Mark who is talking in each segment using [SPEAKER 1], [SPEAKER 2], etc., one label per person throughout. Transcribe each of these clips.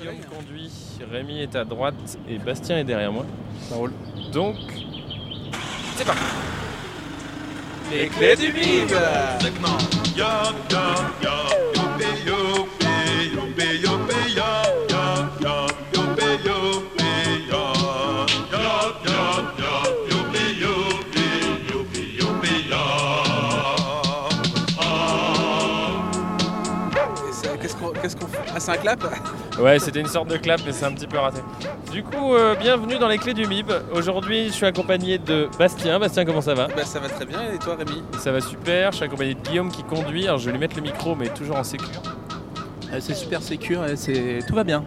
[SPEAKER 1] Guillaume conduit, Rémi est à droite et Bastien est derrière moi.
[SPEAKER 2] Ça roule.
[SPEAKER 1] Donc, c'est parti.
[SPEAKER 2] Les clés du bide
[SPEAKER 3] Segment. Yo, yo, yo, yopé, yopé, yopé, yopé, yo, yo, yo, yopé, yopé, yo, yo, yo, yo, yopé, yopé, yopé, yopé, yo.
[SPEAKER 2] Et ça, Qu'est-ce qu'on qu'est-ce qu'on fait Ah, c'est un clap
[SPEAKER 1] Ouais, c'était une sorte de clap, mais c'est un petit peu raté. Du coup, euh, bienvenue dans les clés du MIB. Aujourd'hui, je suis accompagné de Bastien. Bastien, comment ça va
[SPEAKER 2] Bah, ça va très bien. Et toi, Rémi
[SPEAKER 1] Ça va super. Je suis accompagné de Guillaume qui conduit. Alors, je vais lui mettre le micro, mais toujours en sécurité.
[SPEAKER 4] Euh, C'est super sécure et c'est tout va bien.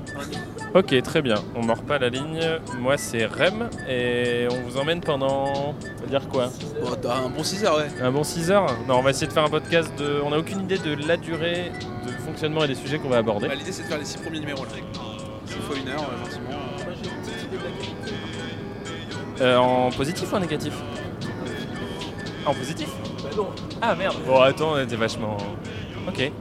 [SPEAKER 1] Ok, très bien. On mord pas la ligne. Moi, c'est Rem et on vous emmène pendant. On va dire quoi
[SPEAKER 2] Bon, t'as un bon 6 heures, ouais.
[SPEAKER 1] Un bon 6 heures Non, on va essayer de faire un podcast de. On n'a aucune idée de la durée, de fonctionnement et des sujets qu'on va aborder.
[SPEAKER 2] Bah, L'idée, c'est de faire les 6 premiers numéros, là. 6 fois 1 heure, euh, gentiment.
[SPEAKER 1] Euh, en positif ou en négatif En positif Ah merde Bon, attends, on était vachement. Ok.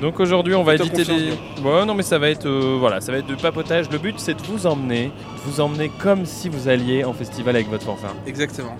[SPEAKER 1] Donc aujourd'hui, on va
[SPEAKER 2] Fais-toi
[SPEAKER 1] éditer des.
[SPEAKER 2] confiance,
[SPEAKER 1] Bon, non, mais ça va être. euh, voilà, ça va être de papotage. Le but, c'est de vous emmener. De vous emmener comme si vous alliez en festival avec votre fanfare.
[SPEAKER 2] Exactement.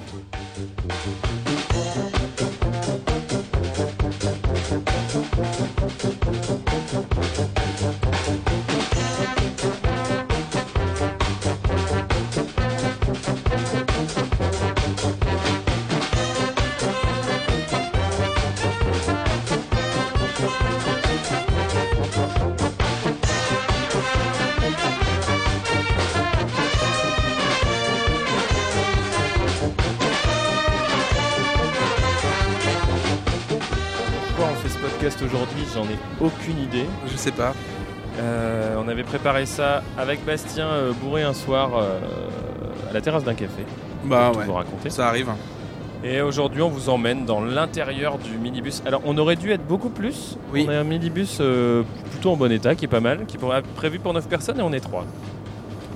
[SPEAKER 1] Pourquoi on fait ce podcast aujourd'hui J'en ai aucune idée.
[SPEAKER 2] Je sais pas.
[SPEAKER 1] Euh, on avait préparé ça avec Bastien euh, bourré un soir euh, à la terrasse d'un café.
[SPEAKER 2] Bah,
[SPEAKER 1] Tout
[SPEAKER 2] ouais.
[SPEAKER 1] vous raconter.
[SPEAKER 2] Ça arrive.
[SPEAKER 1] Et aujourd'hui, on vous emmène dans l'intérieur du minibus. Alors, on aurait dû être beaucoup plus.
[SPEAKER 2] Oui.
[SPEAKER 1] On a un minibus euh, plutôt en bon état, qui est pas mal, qui est prévu pour 9 personnes et on est 3.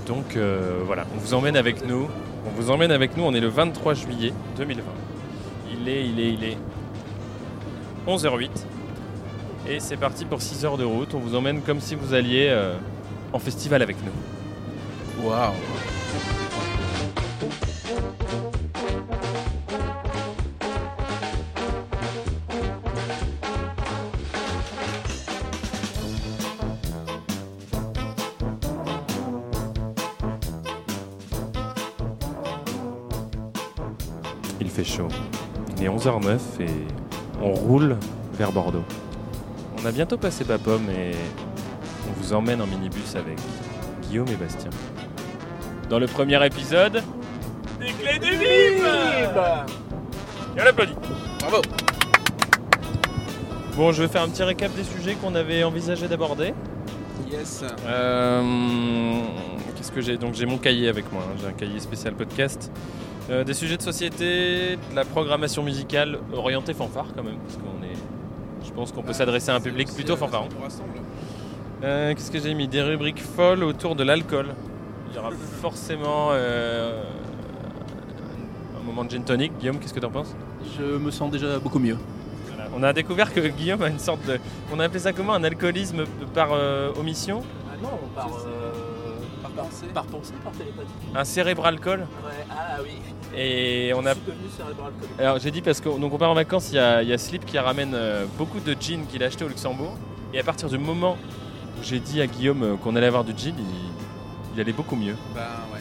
[SPEAKER 1] Donc euh, voilà, on vous emmène avec nous. On vous emmène avec nous. On est le 23 juillet 2020. Il est, il est, il est 11h08. Et c'est parti pour 6 heures de route. On vous emmène comme si vous alliez euh, en festival avec nous.
[SPEAKER 2] Waouh.
[SPEAKER 1] Il fait chaud. Il est 11h09 et on roule vers Bordeaux. On a bientôt passé Bapaume et on vous emmène en minibus avec Guillaume et Bastien. Dans le premier épisode, des clés du bim Et on applaudit
[SPEAKER 2] Bravo
[SPEAKER 1] Bon, je vais faire un petit récap des sujets qu'on avait envisagé d'aborder.
[SPEAKER 2] Yes.
[SPEAKER 1] Euh, Qu'est-ce que j'ai Donc j'ai mon cahier avec moi, hein. j'ai un cahier spécial podcast. Euh, des sujets de société, de la programmation musicale orientée fanfare quand même, parce qu'on est, je pense qu'on peut
[SPEAKER 4] Ah,
[SPEAKER 1] s'adresser à un public plutôt fanfaron. Euh, Qu'est-ce que j'ai mis Des rubriques folles autour de l'alcool. Il y aura forcément euh, un moment de gin tonic. Guillaume, qu'est-ce que t'en penses
[SPEAKER 4] Je me sens déjà beaucoup mieux.
[SPEAKER 1] Voilà. On a découvert que Guillaume a une sorte de, on a appelé ça comment Un alcoolisme par euh, omission
[SPEAKER 4] Ah non, par, euh, par, par
[SPEAKER 2] pensée.
[SPEAKER 4] par pensée, par télépathie.
[SPEAKER 1] Un cérébralcool
[SPEAKER 4] Ouais, ah oui.
[SPEAKER 1] Et on a
[SPEAKER 4] Je suis devenu cérébral alcoolique.
[SPEAKER 1] Alors j'ai dit parce que donc on part en vacances, il y a, il y a Slip qui ramène euh, beaucoup de jeans qu'il a acheté au Luxembourg. Et à partir du moment où j'ai dit à Guillaume euh, qu'on allait avoir du jean, il, il allait beaucoup mieux.
[SPEAKER 2] Bah, ouais.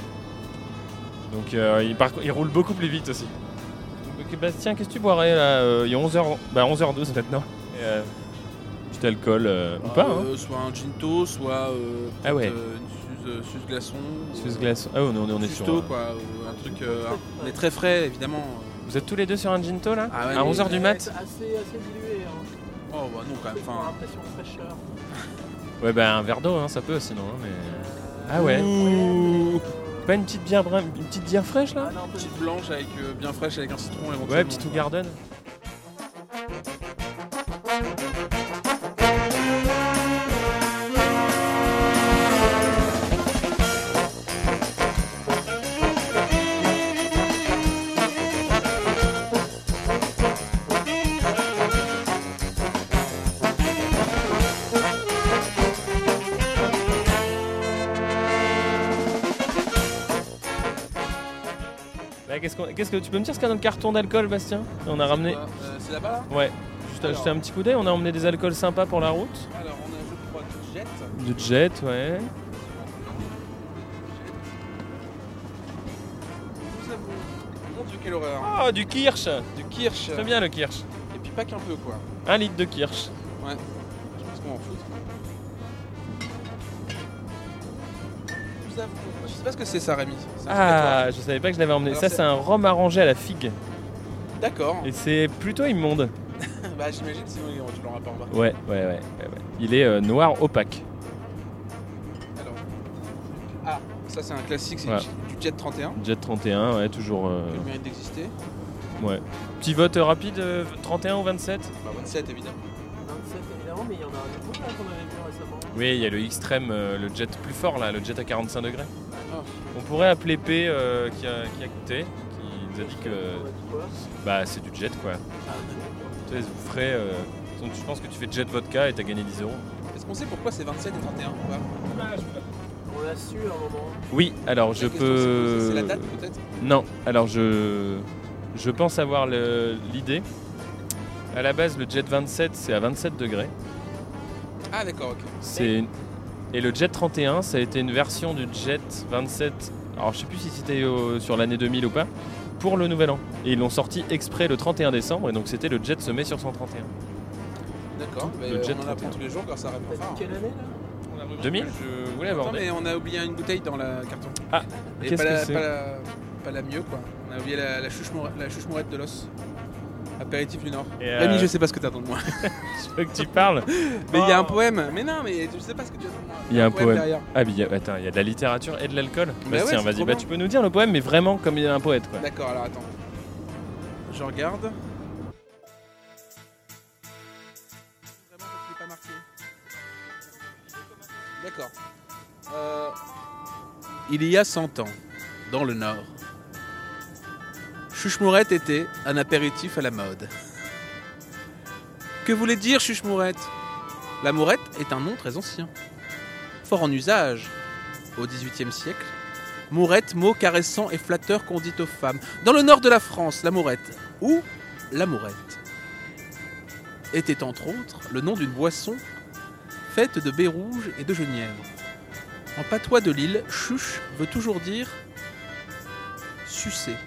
[SPEAKER 1] Donc euh, il, par- il roule beaucoup plus vite aussi. Donc, Bastien, bah, qu'est-ce que tu boirais là Euh, Il est 11h, bah 11h12 maintenant. Et, euh, petit alcool euh, ou pas hein
[SPEAKER 2] Euh, Soit un ginto, soit. euh,
[SPEAKER 1] Ah
[SPEAKER 2] peut-être,
[SPEAKER 1] ouais.
[SPEAKER 2] euh, une suze, suze glaçon.
[SPEAKER 1] Sous glace. Ah on est, on est- on est sur.
[SPEAKER 2] Justo,
[SPEAKER 1] un-
[SPEAKER 2] quoi. euh, Un truc. euh, on est très frais, évidemment.
[SPEAKER 1] Vous êtes tous les deux sur un ginto là
[SPEAKER 2] Ah ouais,
[SPEAKER 1] À
[SPEAKER 2] mais-
[SPEAKER 1] 11h du mat
[SPEAKER 4] Assez, assez dilué. Hein.
[SPEAKER 2] Oh, bah, non, quand même.
[SPEAKER 4] Enfin,
[SPEAKER 2] Enfin.
[SPEAKER 4] l'impression de fraîcheur.
[SPEAKER 1] Ouais bah un verre d'eau hein, ça peut sinon. hein, mais... Ah ouais.
[SPEAKER 2] Mmh. Ouh.
[SPEAKER 1] Pas une petite bière, brin- une petite bière fraîche là
[SPEAKER 4] Ah non,
[SPEAKER 2] Petite blanche avec euh, bien fraîche avec un citron éventuellement.
[SPEAKER 1] Ouais, petit tout garden. Bah, qu'est-ce qu'on- qu'est-ce que tu peux me dire ce qu'il y a dans le carton d'alcool, Bastien On a ramené.
[SPEAKER 2] Euh, c'est là-bas là
[SPEAKER 1] Ouais, juste jeter un petit coup d'œil. On a emmené des alcools sympas pour la route.
[SPEAKER 2] Alors on a je crois du jet.
[SPEAKER 1] Du jet, ouais.
[SPEAKER 2] Vous avez- Mon dieu quelle horreur.
[SPEAKER 1] Ah, du kirsch
[SPEAKER 2] Du kirsch.
[SPEAKER 1] Très bien le kirsch.
[SPEAKER 2] Et puis pas qu'un peu quoi.
[SPEAKER 1] Un litre de kirsch.
[SPEAKER 2] Je pense qu'on en fout. Nous avons- Je sais pas ce que c'est ça Rémi. C'est un
[SPEAKER 1] Ah, je savais pas que je l'avais emmené.
[SPEAKER 2] Alors,
[SPEAKER 1] ça,
[SPEAKER 2] c'est-
[SPEAKER 1] c'est un rhum arrangé à la figue.
[SPEAKER 2] répertoire. D'accord.
[SPEAKER 1] Et c'est plutôt immonde.
[SPEAKER 2] bah j'imagine sinon il- tu l'auras pas embarqué.
[SPEAKER 1] Ouais, ouais, ouais. ouais, ouais. Il est euh, noir opaque.
[SPEAKER 2] Alors. Ah, ça c'est un classique, c'est
[SPEAKER 1] Ouais.
[SPEAKER 2] du du jet 31.
[SPEAKER 1] Jet 31, ouais, toujours. euh,
[SPEAKER 2] qui a le mérite d'exister.
[SPEAKER 1] ouais. Petit vote euh, rapide, euh, 31 ou 27
[SPEAKER 2] Bah 27 évidemment.
[SPEAKER 4] 27 évidemment, mais il y en a un nouveau là qu'on avait vu récemment.
[SPEAKER 1] Oui, il y a le Xtreme, euh, le jet plus fort là, le jet à 45 degrés.
[SPEAKER 2] Ah.
[SPEAKER 1] On pourrait appeler P euh, qui, a, qui a coûté, qui nous a dit que
[SPEAKER 4] On a dit quoi
[SPEAKER 1] bah c'est du jet quoi. Tu sais, vous ferez. euh, donc, je pense que tu fais jet vodka et t'as gagné 10 euros.
[SPEAKER 2] Est-ce qu'on sait pourquoi c'est 27 et 31 ou pas
[SPEAKER 4] On l'a su à un moment.
[SPEAKER 1] Oui, alors
[SPEAKER 2] La
[SPEAKER 1] je
[SPEAKER 2] question, c'est-
[SPEAKER 1] peux.
[SPEAKER 2] C'est la date peut-être
[SPEAKER 1] Non, alors je, je pense avoir le- l'idée. À la base, le jet 27, c'est à 27 degrés.
[SPEAKER 2] Ah d'accord, ok.
[SPEAKER 1] C'est une- Et le jet 31, ça a été une version du jet 27. Alors je sais plus si c'était au- sur l'année 2000 ou pas. Pour le nouvel an. Et ils l'ont sorti exprès le 31 décembre. Et donc c'était le jet semé sur 131.
[SPEAKER 2] D'accord. Bah,
[SPEAKER 1] le jet
[SPEAKER 2] on en
[SPEAKER 1] 31.
[SPEAKER 2] apprend tous les jours grâce à Rémi
[SPEAKER 4] T'as dit
[SPEAKER 2] Fort.
[SPEAKER 4] quelle année là
[SPEAKER 1] 2000 Je voulais
[SPEAKER 2] Attends,
[SPEAKER 1] aborder.
[SPEAKER 2] mais on a oublié une bouteille dans la carton.
[SPEAKER 1] Ah,
[SPEAKER 2] et
[SPEAKER 1] qu'est-ce
[SPEAKER 2] pas
[SPEAKER 1] que
[SPEAKER 2] la,
[SPEAKER 1] c'est
[SPEAKER 2] pas, la, pas la mieux quoi. On a oublié la, la, chouche, mourette- la chouche mourette de l'os. Apéritif du Nord.
[SPEAKER 1] Et, euh,
[SPEAKER 2] Rémi, je sais pas ce que t'attends de moi.
[SPEAKER 1] je veux que tu parles.
[SPEAKER 2] Mais il y a un poème. Mais non, mais je sais pas ce que tu attends de moi.
[SPEAKER 1] oh. Il y a un poème.
[SPEAKER 2] derrière.
[SPEAKER 1] Ah, mais il y a- attends, il y a de la littérature et de l'alcool.
[SPEAKER 2] Bah
[SPEAKER 1] Bastien,
[SPEAKER 2] ouais, c'est
[SPEAKER 1] vas-y.
[SPEAKER 2] trop
[SPEAKER 1] Bah,
[SPEAKER 2] bien.
[SPEAKER 1] tu peux nous dire le poème, mais vraiment comme il y a un poète. Quoi.
[SPEAKER 2] D'accord, alors attends. Je regarde. Vraiment, je l'ai pas marqué. D'accord. Euh, Il y a 100 ans, dans le Nord, Chuchmourette était un apéritif à la mode. Que voulait dire Chuchmourette La mourette est un nom très ancien, fort en usage au XVIIIe siècle. Mourette, mot caressant et flatteur qu'on dit aux femmes. Dans le nord de la France, la mourette, ou la mourette, était entre autres le nom d'une boisson faite de baies rouges et de genièvre. En patois de Lille, chuche veut toujours dire sucer.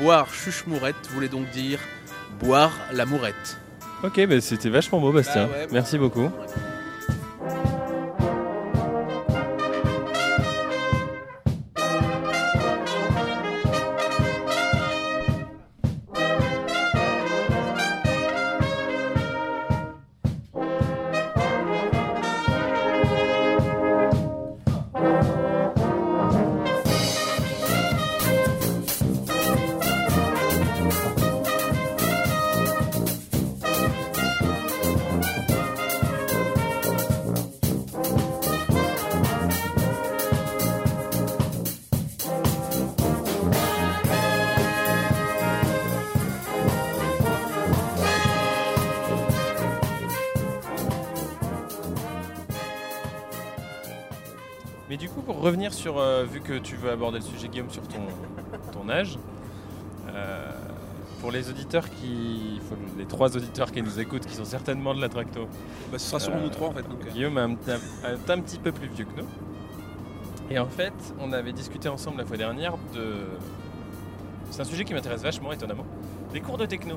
[SPEAKER 2] Boire chuche mourette voulait donc dire boire la mourette.
[SPEAKER 1] Ok, bah, c'était vachement beau, Bastien.
[SPEAKER 2] Bah ouais, bah-
[SPEAKER 1] Merci beaucoup. Mais du coup, pour revenir sur, euh, vu que tu veux aborder le sujet, Guillaume, sur ton, ton âge, euh, pour les auditeurs qui, faut- les trois auditeurs qui nous écoutent, qui sont certainement de la Tracto,
[SPEAKER 2] ce sera
[SPEAKER 1] sûrement nous trois,
[SPEAKER 2] en fait. euh.
[SPEAKER 1] Guillaume est un, un- un- un petit peu plus vieux que nous. Et en fait, on avait discuté ensemble la fois dernière de. C'est un sujet qui m'intéresse vachement, étonnamment. Des cours de techno.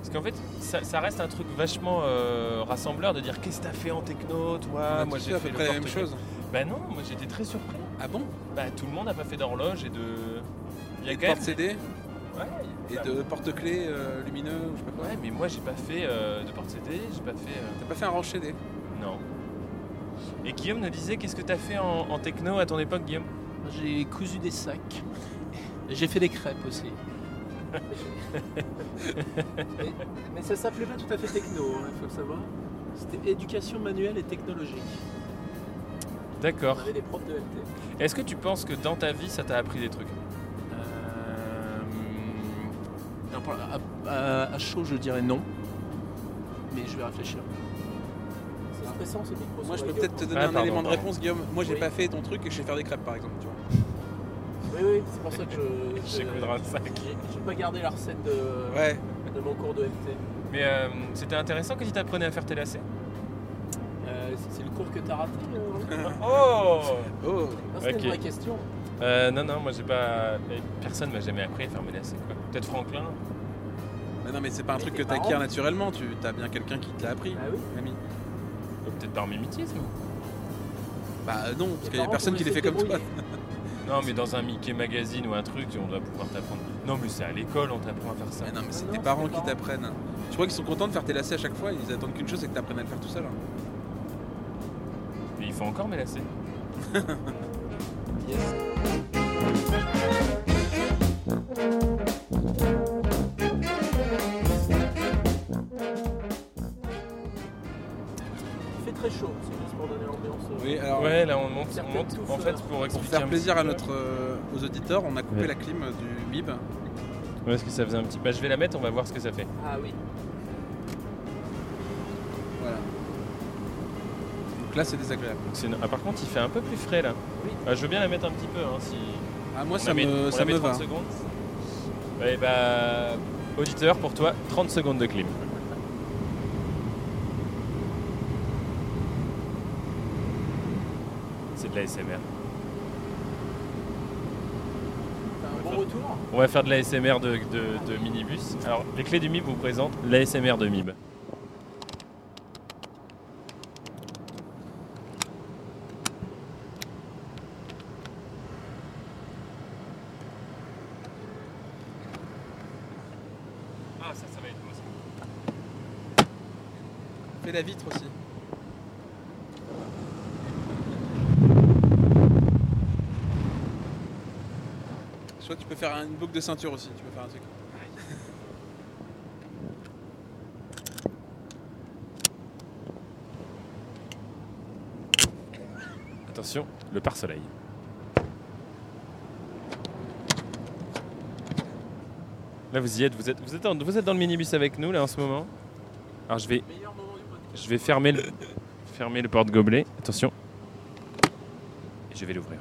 [SPEAKER 1] Parce qu'en fait, ça, ça reste un truc vachement euh, rassembleur de dire qu'est-ce que t'as fait en techno, toi
[SPEAKER 2] moi j'ai fait à peu
[SPEAKER 1] le
[SPEAKER 2] près la même
[SPEAKER 1] porte-clés.
[SPEAKER 2] chose.
[SPEAKER 1] Bah non, moi j'étais très surpris.
[SPEAKER 2] Ah bon
[SPEAKER 1] Bah tout le monde n'a pas fait d'horloge et de. Il y a
[SPEAKER 2] Et de
[SPEAKER 1] quand même.
[SPEAKER 2] porte-CD
[SPEAKER 1] Ouais,
[SPEAKER 2] et
[SPEAKER 1] bah,
[SPEAKER 2] de porte-clés euh, lumineux ou je sais pas quoi.
[SPEAKER 1] Ouais, mais moi j'ai pas fait euh, de porte CD, j'ai pas fait. euh,
[SPEAKER 2] T'as pas fait un range CD
[SPEAKER 1] Non. Et Guillaume nous disait qu'est-ce que t'as fait en, en techno à ton époque, Guillaume
[SPEAKER 4] J'ai cousu des sacs. J'ai fait des crêpes aussi. mais, mais ça s'appelait pas tout à fait techno, hein, il faut le savoir. C'était éducation manuelle et technologique. On
[SPEAKER 1] D'accord.
[SPEAKER 4] avait des profs de LT.
[SPEAKER 1] Est-ce que tu penses que dans ta vie ça t'a appris des trucs
[SPEAKER 4] Euh, alors, pour- à, à- à chaud, je dirais non. Mais je vais réfléchir. C'est stressant ce micro.
[SPEAKER 2] Moi, je peux peut-être te donner
[SPEAKER 1] Ah,
[SPEAKER 2] un
[SPEAKER 1] pardon,
[SPEAKER 2] élément de
[SPEAKER 1] pardon.
[SPEAKER 2] réponse, Guillaume. Moi, j'ai
[SPEAKER 4] Oui.
[SPEAKER 2] pas fait ton truc et je vais faire des crêpes, par exemple. Tu vois.
[SPEAKER 4] Oui, oui, c'est pour ça que je.
[SPEAKER 1] Chez
[SPEAKER 4] je-
[SPEAKER 1] Koudrasak.
[SPEAKER 4] J'ai j'ai pas gardé la recette de,
[SPEAKER 2] Ouais.
[SPEAKER 4] de mon cours de MT.
[SPEAKER 1] Mais euh, c'était intéressant que tu t'apprenais à faire tes lacets.
[SPEAKER 4] Euh, c'est- c'est le cours que t'as raté euh, Roland
[SPEAKER 1] Oh
[SPEAKER 2] Oh.
[SPEAKER 4] Non, C'était
[SPEAKER 1] Ok.
[SPEAKER 4] une vraie question.
[SPEAKER 1] euh, Non, non, moi j'ai pas. euh, Personne m'a jamais appris à faire mes lacets quoi. Peut-être Franklin. euh,
[SPEAKER 2] Mais non, mais c'est pas un
[SPEAKER 4] Mais
[SPEAKER 2] truc que
[SPEAKER 4] tes
[SPEAKER 2] t'acquiers
[SPEAKER 4] parents
[SPEAKER 2] naturellement. Tu as bien quelqu'un qui te l'a appris,
[SPEAKER 4] Bah oui.
[SPEAKER 2] ami.
[SPEAKER 1] Ou peut-être par mimétisme.
[SPEAKER 2] Bah euh, non, parce
[SPEAKER 4] Tes
[SPEAKER 2] qu'il y a
[SPEAKER 4] parents
[SPEAKER 2] personne qui les
[SPEAKER 4] t'ont
[SPEAKER 2] fait
[SPEAKER 4] laissé
[SPEAKER 2] comme toi.
[SPEAKER 1] Non, mais dans un Mickey Magazine ou un truc, on doit pouvoir t'apprendre. Non, mais c'est à l'école, on t'apprend à faire ça.
[SPEAKER 2] Mais non, mais c'est
[SPEAKER 4] Ah non,
[SPEAKER 2] tes
[SPEAKER 4] c'est
[SPEAKER 2] parents
[SPEAKER 4] tes
[SPEAKER 2] qui
[SPEAKER 4] parents.
[SPEAKER 2] t'apprennent. Tu crois qu'ils sont contents de faire tes lacets à chaque fois Ils attendent qu'une chose, c'est que t'apprennes à le faire tout seul. hein.
[SPEAKER 1] Mais il faut encore mes lacets.
[SPEAKER 4] Il fait très chaud, c'est juste pour donner l'ambiance. euh,
[SPEAKER 2] Oui, alors
[SPEAKER 1] Ouais, là on monte, on
[SPEAKER 4] Certaines
[SPEAKER 1] monte.
[SPEAKER 4] touffes,
[SPEAKER 1] En fait,
[SPEAKER 4] euh,
[SPEAKER 1] pour
[SPEAKER 2] Ah pour
[SPEAKER 1] expliquer. un
[SPEAKER 2] faire
[SPEAKER 1] petit
[SPEAKER 2] plaisir à
[SPEAKER 1] peu-
[SPEAKER 2] notre euh, aux auditeurs, on a coupé
[SPEAKER 1] Ouais.
[SPEAKER 2] la clim euh, du bib.
[SPEAKER 1] Ouais, parce que ça faisait un petit. Bah, je vais la mettre, on va voir ce que ça fait.
[SPEAKER 4] Ah oui.
[SPEAKER 2] Voilà. Donc là, c'est désagréable.
[SPEAKER 1] Donc, c'est une- ah, par contre, il fait un peu plus frais là.
[SPEAKER 4] Oui.
[SPEAKER 1] Ah, je veux bien la mettre un petit peu. Hein, si...
[SPEAKER 2] Ah, moi,
[SPEAKER 1] on
[SPEAKER 2] ça
[SPEAKER 1] la met- on
[SPEAKER 2] me,
[SPEAKER 1] la
[SPEAKER 2] ça
[SPEAKER 1] met
[SPEAKER 2] me
[SPEAKER 1] 30
[SPEAKER 2] va.
[SPEAKER 1] secondes. Ouais, bah. Auditeur, pour toi, 30 secondes de clim. C'est de la SMR.
[SPEAKER 4] T'as un bon retour hein
[SPEAKER 1] On va faire de la SMR de, de- de minibus. Alors, les clés du MIB vous présentent la SMR de MIB. Ah, ça, ça va être beau ça.
[SPEAKER 2] Fais la vitre aussi. Soit tu peux faire une boucle de ceinture aussi, tu peux faire un truc.
[SPEAKER 1] Attention, le pare-soleil. Là, vous y êtes, vous êtes, vous êtes, en- vous êtes dans le minibus avec nous là en ce moment. Alors, je vais
[SPEAKER 4] Meilleur moment du podcast.
[SPEAKER 1] Je vais fermer le, fermer le porte-gobelet. Attention. Et je vais l'ouvrir.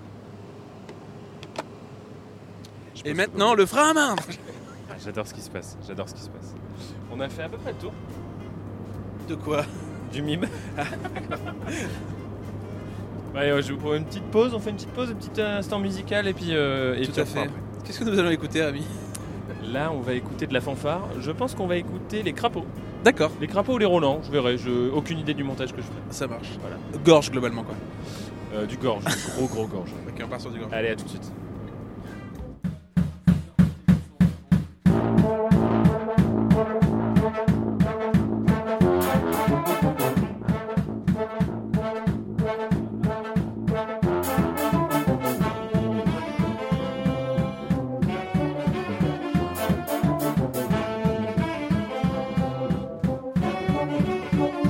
[SPEAKER 1] Je
[SPEAKER 2] Et
[SPEAKER 1] pose
[SPEAKER 2] maintenant le frein à main
[SPEAKER 1] gobelet. Ah, J'adore ce qui se passe. J'adore ce qui se passe. On a fait à peu près le tour
[SPEAKER 2] De quoi
[SPEAKER 1] du mime. Allez, ouais, je vous propose une petite pause. On fait une petite pause, un petit instant musical et puis. euh, et
[SPEAKER 2] Tout
[SPEAKER 1] puis
[SPEAKER 2] à
[SPEAKER 1] on
[SPEAKER 2] fait.
[SPEAKER 1] fera après.
[SPEAKER 2] Qu'est-ce que nous allons écouter, ami
[SPEAKER 1] Là, on va écouter de la fanfare. Je pense qu'on va écouter les crapauds.
[SPEAKER 2] D'accord,
[SPEAKER 1] Les crapauds ou les Roland Je verrai. Je... Aucune idée du montage que je fais.
[SPEAKER 2] ça marche.
[SPEAKER 1] Voilà.
[SPEAKER 2] Gorge globalement quoi.
[SPEAKER 1] Euh, du gorge. gros, gros gorge.
[SPEAKER 2] Ok, on part sur du gorge.
[SPEAKER 1] Allez, à tout de suite.
[SPEAKER 5] Thank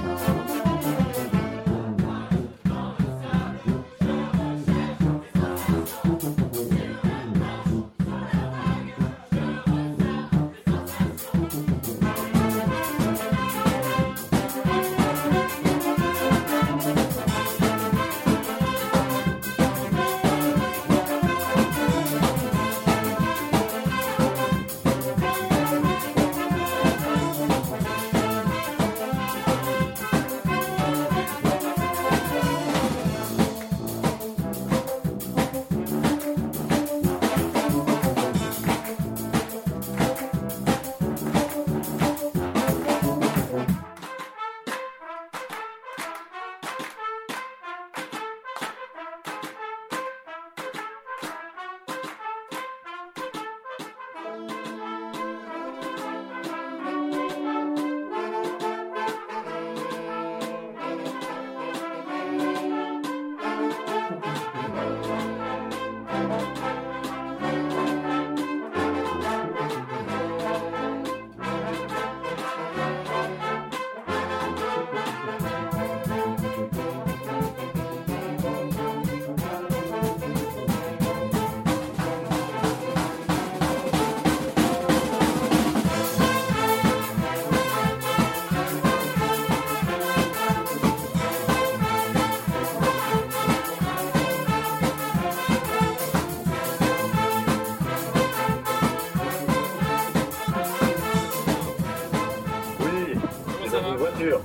[SPEAKER 1] ça
[SPEAKER 5] une
[SPEAKER 1] va
[SPEAKER 5] voiture.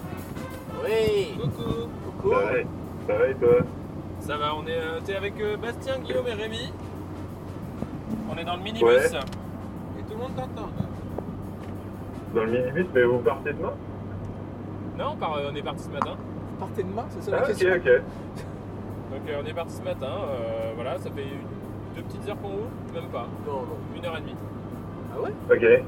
[SPEAKER 4] Oui
[SPEAKER 1] Coucou
[SPEAKER 4] Coucou
[SPEAKER 5] Ça va, et- ça va et toi
[SPEAKER 1] Ça va, on est euh, t'es avec euh, Bastien, Guillaume et Rémi. On est dans le minibus.
[SPEAKER 5] Ouais.
[SPEAKER 1] Et tout le monde t'entend.
[SPEAKER 5] Dans le minibus, mais vous partez demain
[SPEAKER 1] Non, on, part- euh, on est parti ce matin.
[SPEAKER 4] Partez demain, c'est ça la
[SPEAKER 5] Ah, ok,
[SPEAKER 4] question
[SPEAKER 5] ok.
[SPEAKER 1] Donc euh, on est parti ce matin. euh, voilà, ça fait une- deux petites heures qu'on roule, même pas,
[SPEAKER 4] Non, non.
[SPEAKER 1] une heure et demie.
[SPEAKER 4] Ah ouais
[SPEAKER 5] Ok.
[SPEAKER 1] Et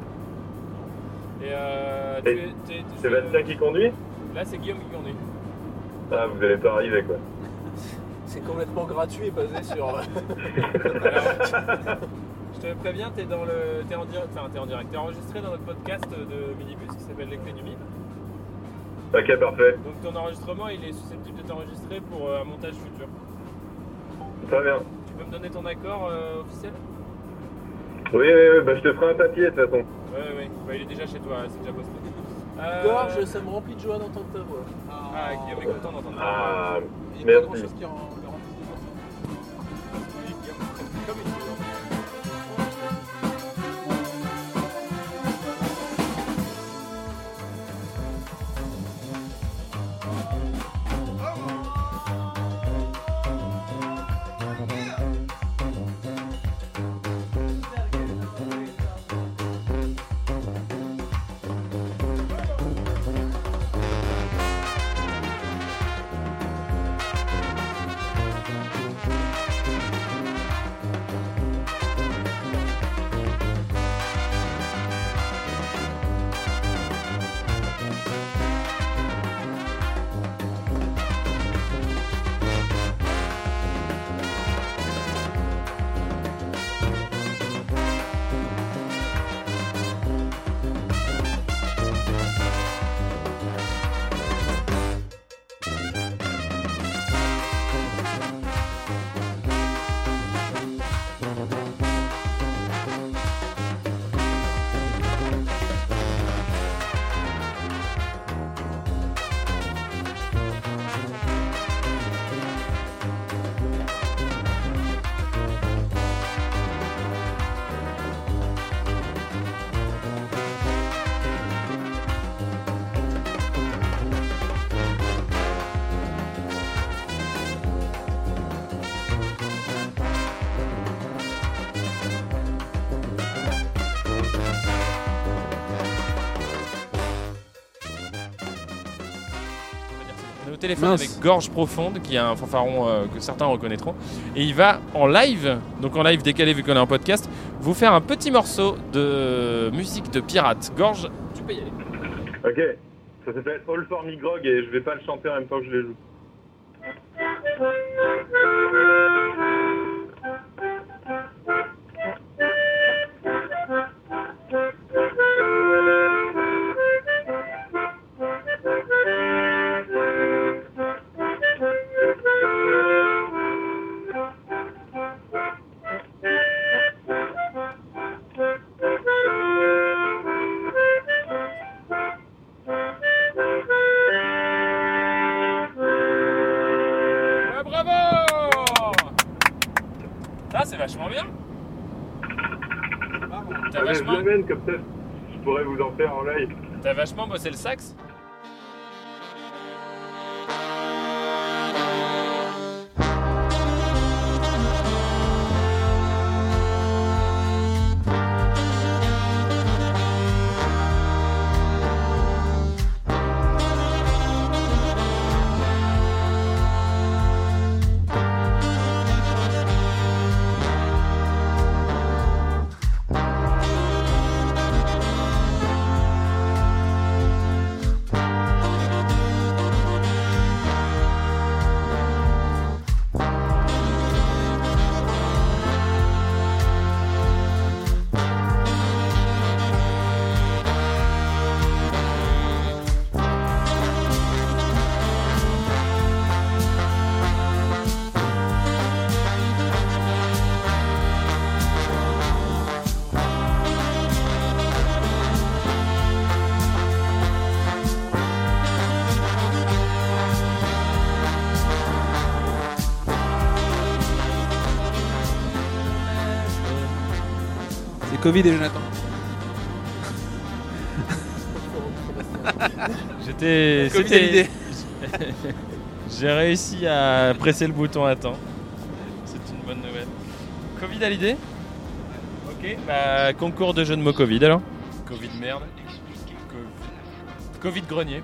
[SPEAKER 1] euh,
[SPEAKER 5] Et
[SPEAKER 1] tu es- t'es- t'es-
[SPEAKER 5] C'est Bastien qui conduit
[SPEAKER 1] là, c'est Guillaume qui conduit.
[SPEAKER 5] Ah, vous allez pas arriver, quoi.
[SPEAKER 4] C'est complètement gratuit et basé sur. euh,
[SPEAKER 1] Alors, je te préviens, t'es dans le, t'es en direct, enfin t'es en direct, t'es enregistré dans notre podcast de minibus qui s'appelle Les Clés du Mine.
[SPEAKER 5] Ok, parfait.
[SPEAKER 1] Donc ton enregistrement, il est susceptible d'être enregistré pour euh, un montage futur.
[SPEAKER 5] Très bien.
[SPEAKER 1] Tu peux me donner ton accord euh, officiel
[SPEAKER 5] Oui, oui, oui, bah je te ferai un papier, de toute façon.
[SPEAKER 1] Oui, oui, Bah, il est déjà chez toi, hein, c'est déjà posté.
[SPEAKER 4] Gorge, ça me remplit de joie d'entendre ta voix.
[SPEAKER 1] Euh. Ah, Guillaume est content d'entendre.
[SPEAKER 5] Ah,
[SPEAKER 4] Il
[SPEAKER 5] y a pas Merci. grand-chose
[SPEAKER 4] qui en le remplit de joie.
[SPEAKER 1] Comme il dit. On est au téléphone
[SPEAKER 2] Mince.
[SPEAKER 1] avec Gorge Profonde, qui est un fanfaron euh, que certains reconnaîtront. Et il va en live, donc en live décalé vu qu'on est en podcast, vous faire un petit morceau de musique de pirate. Gorge, tu peux y aller.
[SPEAKER 5] ok. Ça s'appelle All for Me Grog et je vais pas le chanter en même temps que je le joue.
[SPEAKER 1] Ouais, Eh, bravo Ça, c'est vachement bien. T'as
[SPEAKER 5] Ah, mais je
[SPEAKER 1] vachement,
[SPEAKER 5] l'amène comme ça, je pourrais vous en faire en live.
[SPEAKER 1] t'as vachement bossé le sax
[SPEAKER 2] C'est Covid et Jonathan.
[SPEAKER 1] J'étais.
[SPEAKER 2] Comme une
[SPEAKER 1] c'était-
[SPEAKER 2] idée.
[SPEAKER 1] J'ai réussi à presser le bouton à temps. C'est une bonne nouvelle. Covid à l'idée Ok. Bah, concours de jeux de mots Covid alors Covid merde. Covid- Covid grenier.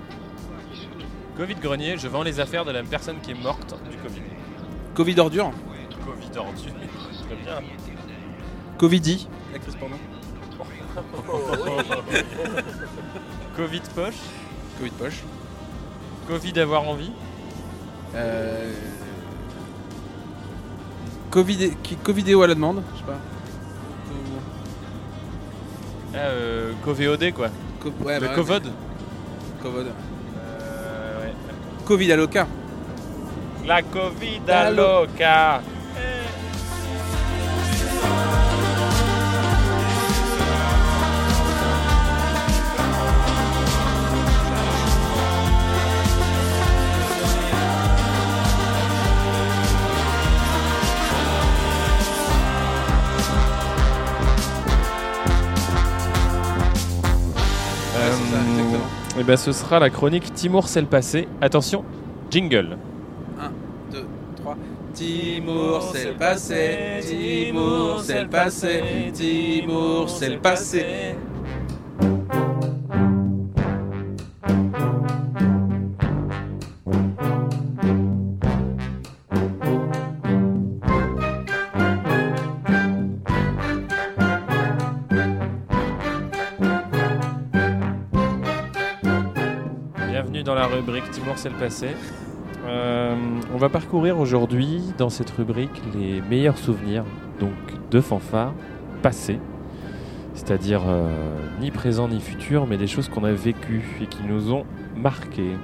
[SPEAKER 1] Covid grenier, je vends les affaires de la personne qui est morte du Covid.
[SPEAKER 2] Covid ordure.
[SPEAKER 1] Covid ordure. Très bien.
[SPEAKER 2] Covidi. L'actrice porno.
[SPEAKER 1] Covid poche.
[SPEAKER 2] Covid poche.
[SPEAKER 1] Covid avoir envie.
[SPEAKER 2] Euh... Covid... qui- Covidéo à la demande. Je sais pas.
[SPEAKER 1] Ah, euh, Covéodé quoi.
[SPEAKER 2] Co- ouais,
[SPEAKER 1] Le
[SPEAKER 2] bah ouais,
[SPEAKER 1] Covod.
[SPEAKER 2] mais- Covid.
[SPEAKER 1] Euh, ouais.
[SPEAKER 2] Covid à l'oca.
[SPEAKER 1] La Covid à loca.
[SPEAKER 2] Ouais, c'est ça, exactement.
[SPEAKER 1] Et Euh, ben ce sera la chronique Timur c'est le passé. Attention, jingle.
[SPEAKER 2] 3. Timour, c'est le passé. Timour, c'est le passé. Timour, c'est le passé.
[SPEAKER 1] Bienvenue dans la rubrique Timur c'est le passé. Euh, on va parcourir aujourd'hui dans cette rubrique les meilleurs souvenirs donc de fanfare passés, c'est-à-dire euh, ni présent ni futur, mais des choses qu'on a vécues et qui nous ont marqués.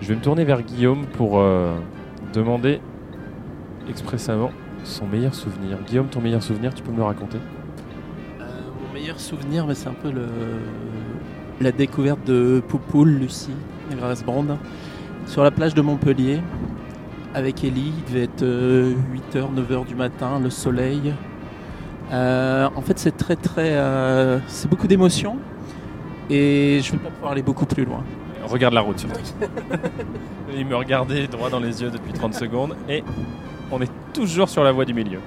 [SPEAKER 1] Je vais me tourner vers Guillaume pour euh, demander expressément son meilleur souvenir. Guillaume, ton meilleur souvenir, tu peux me le raconter
[SPEAKER 4] Euh, mon meilleur souvenir, bah, c'est un peu le... la découverte de Poupoule, Lucie, la Grasse Bande, sur la plage de Montpellier, avec Ellie. Il devait être euh, 8h, 9h du matin, le soleil. Euh, en fait, c'est très, très. euh, c'est beaucoup d'émotions. Et je ne vais pas pouvoir aller beaucoup plus loin.
[SPEAKER 1] Regarde la route surtout. Il me regardait droit dans les yeux depuis 30 secondes et on est toujours sur la voie du milieu.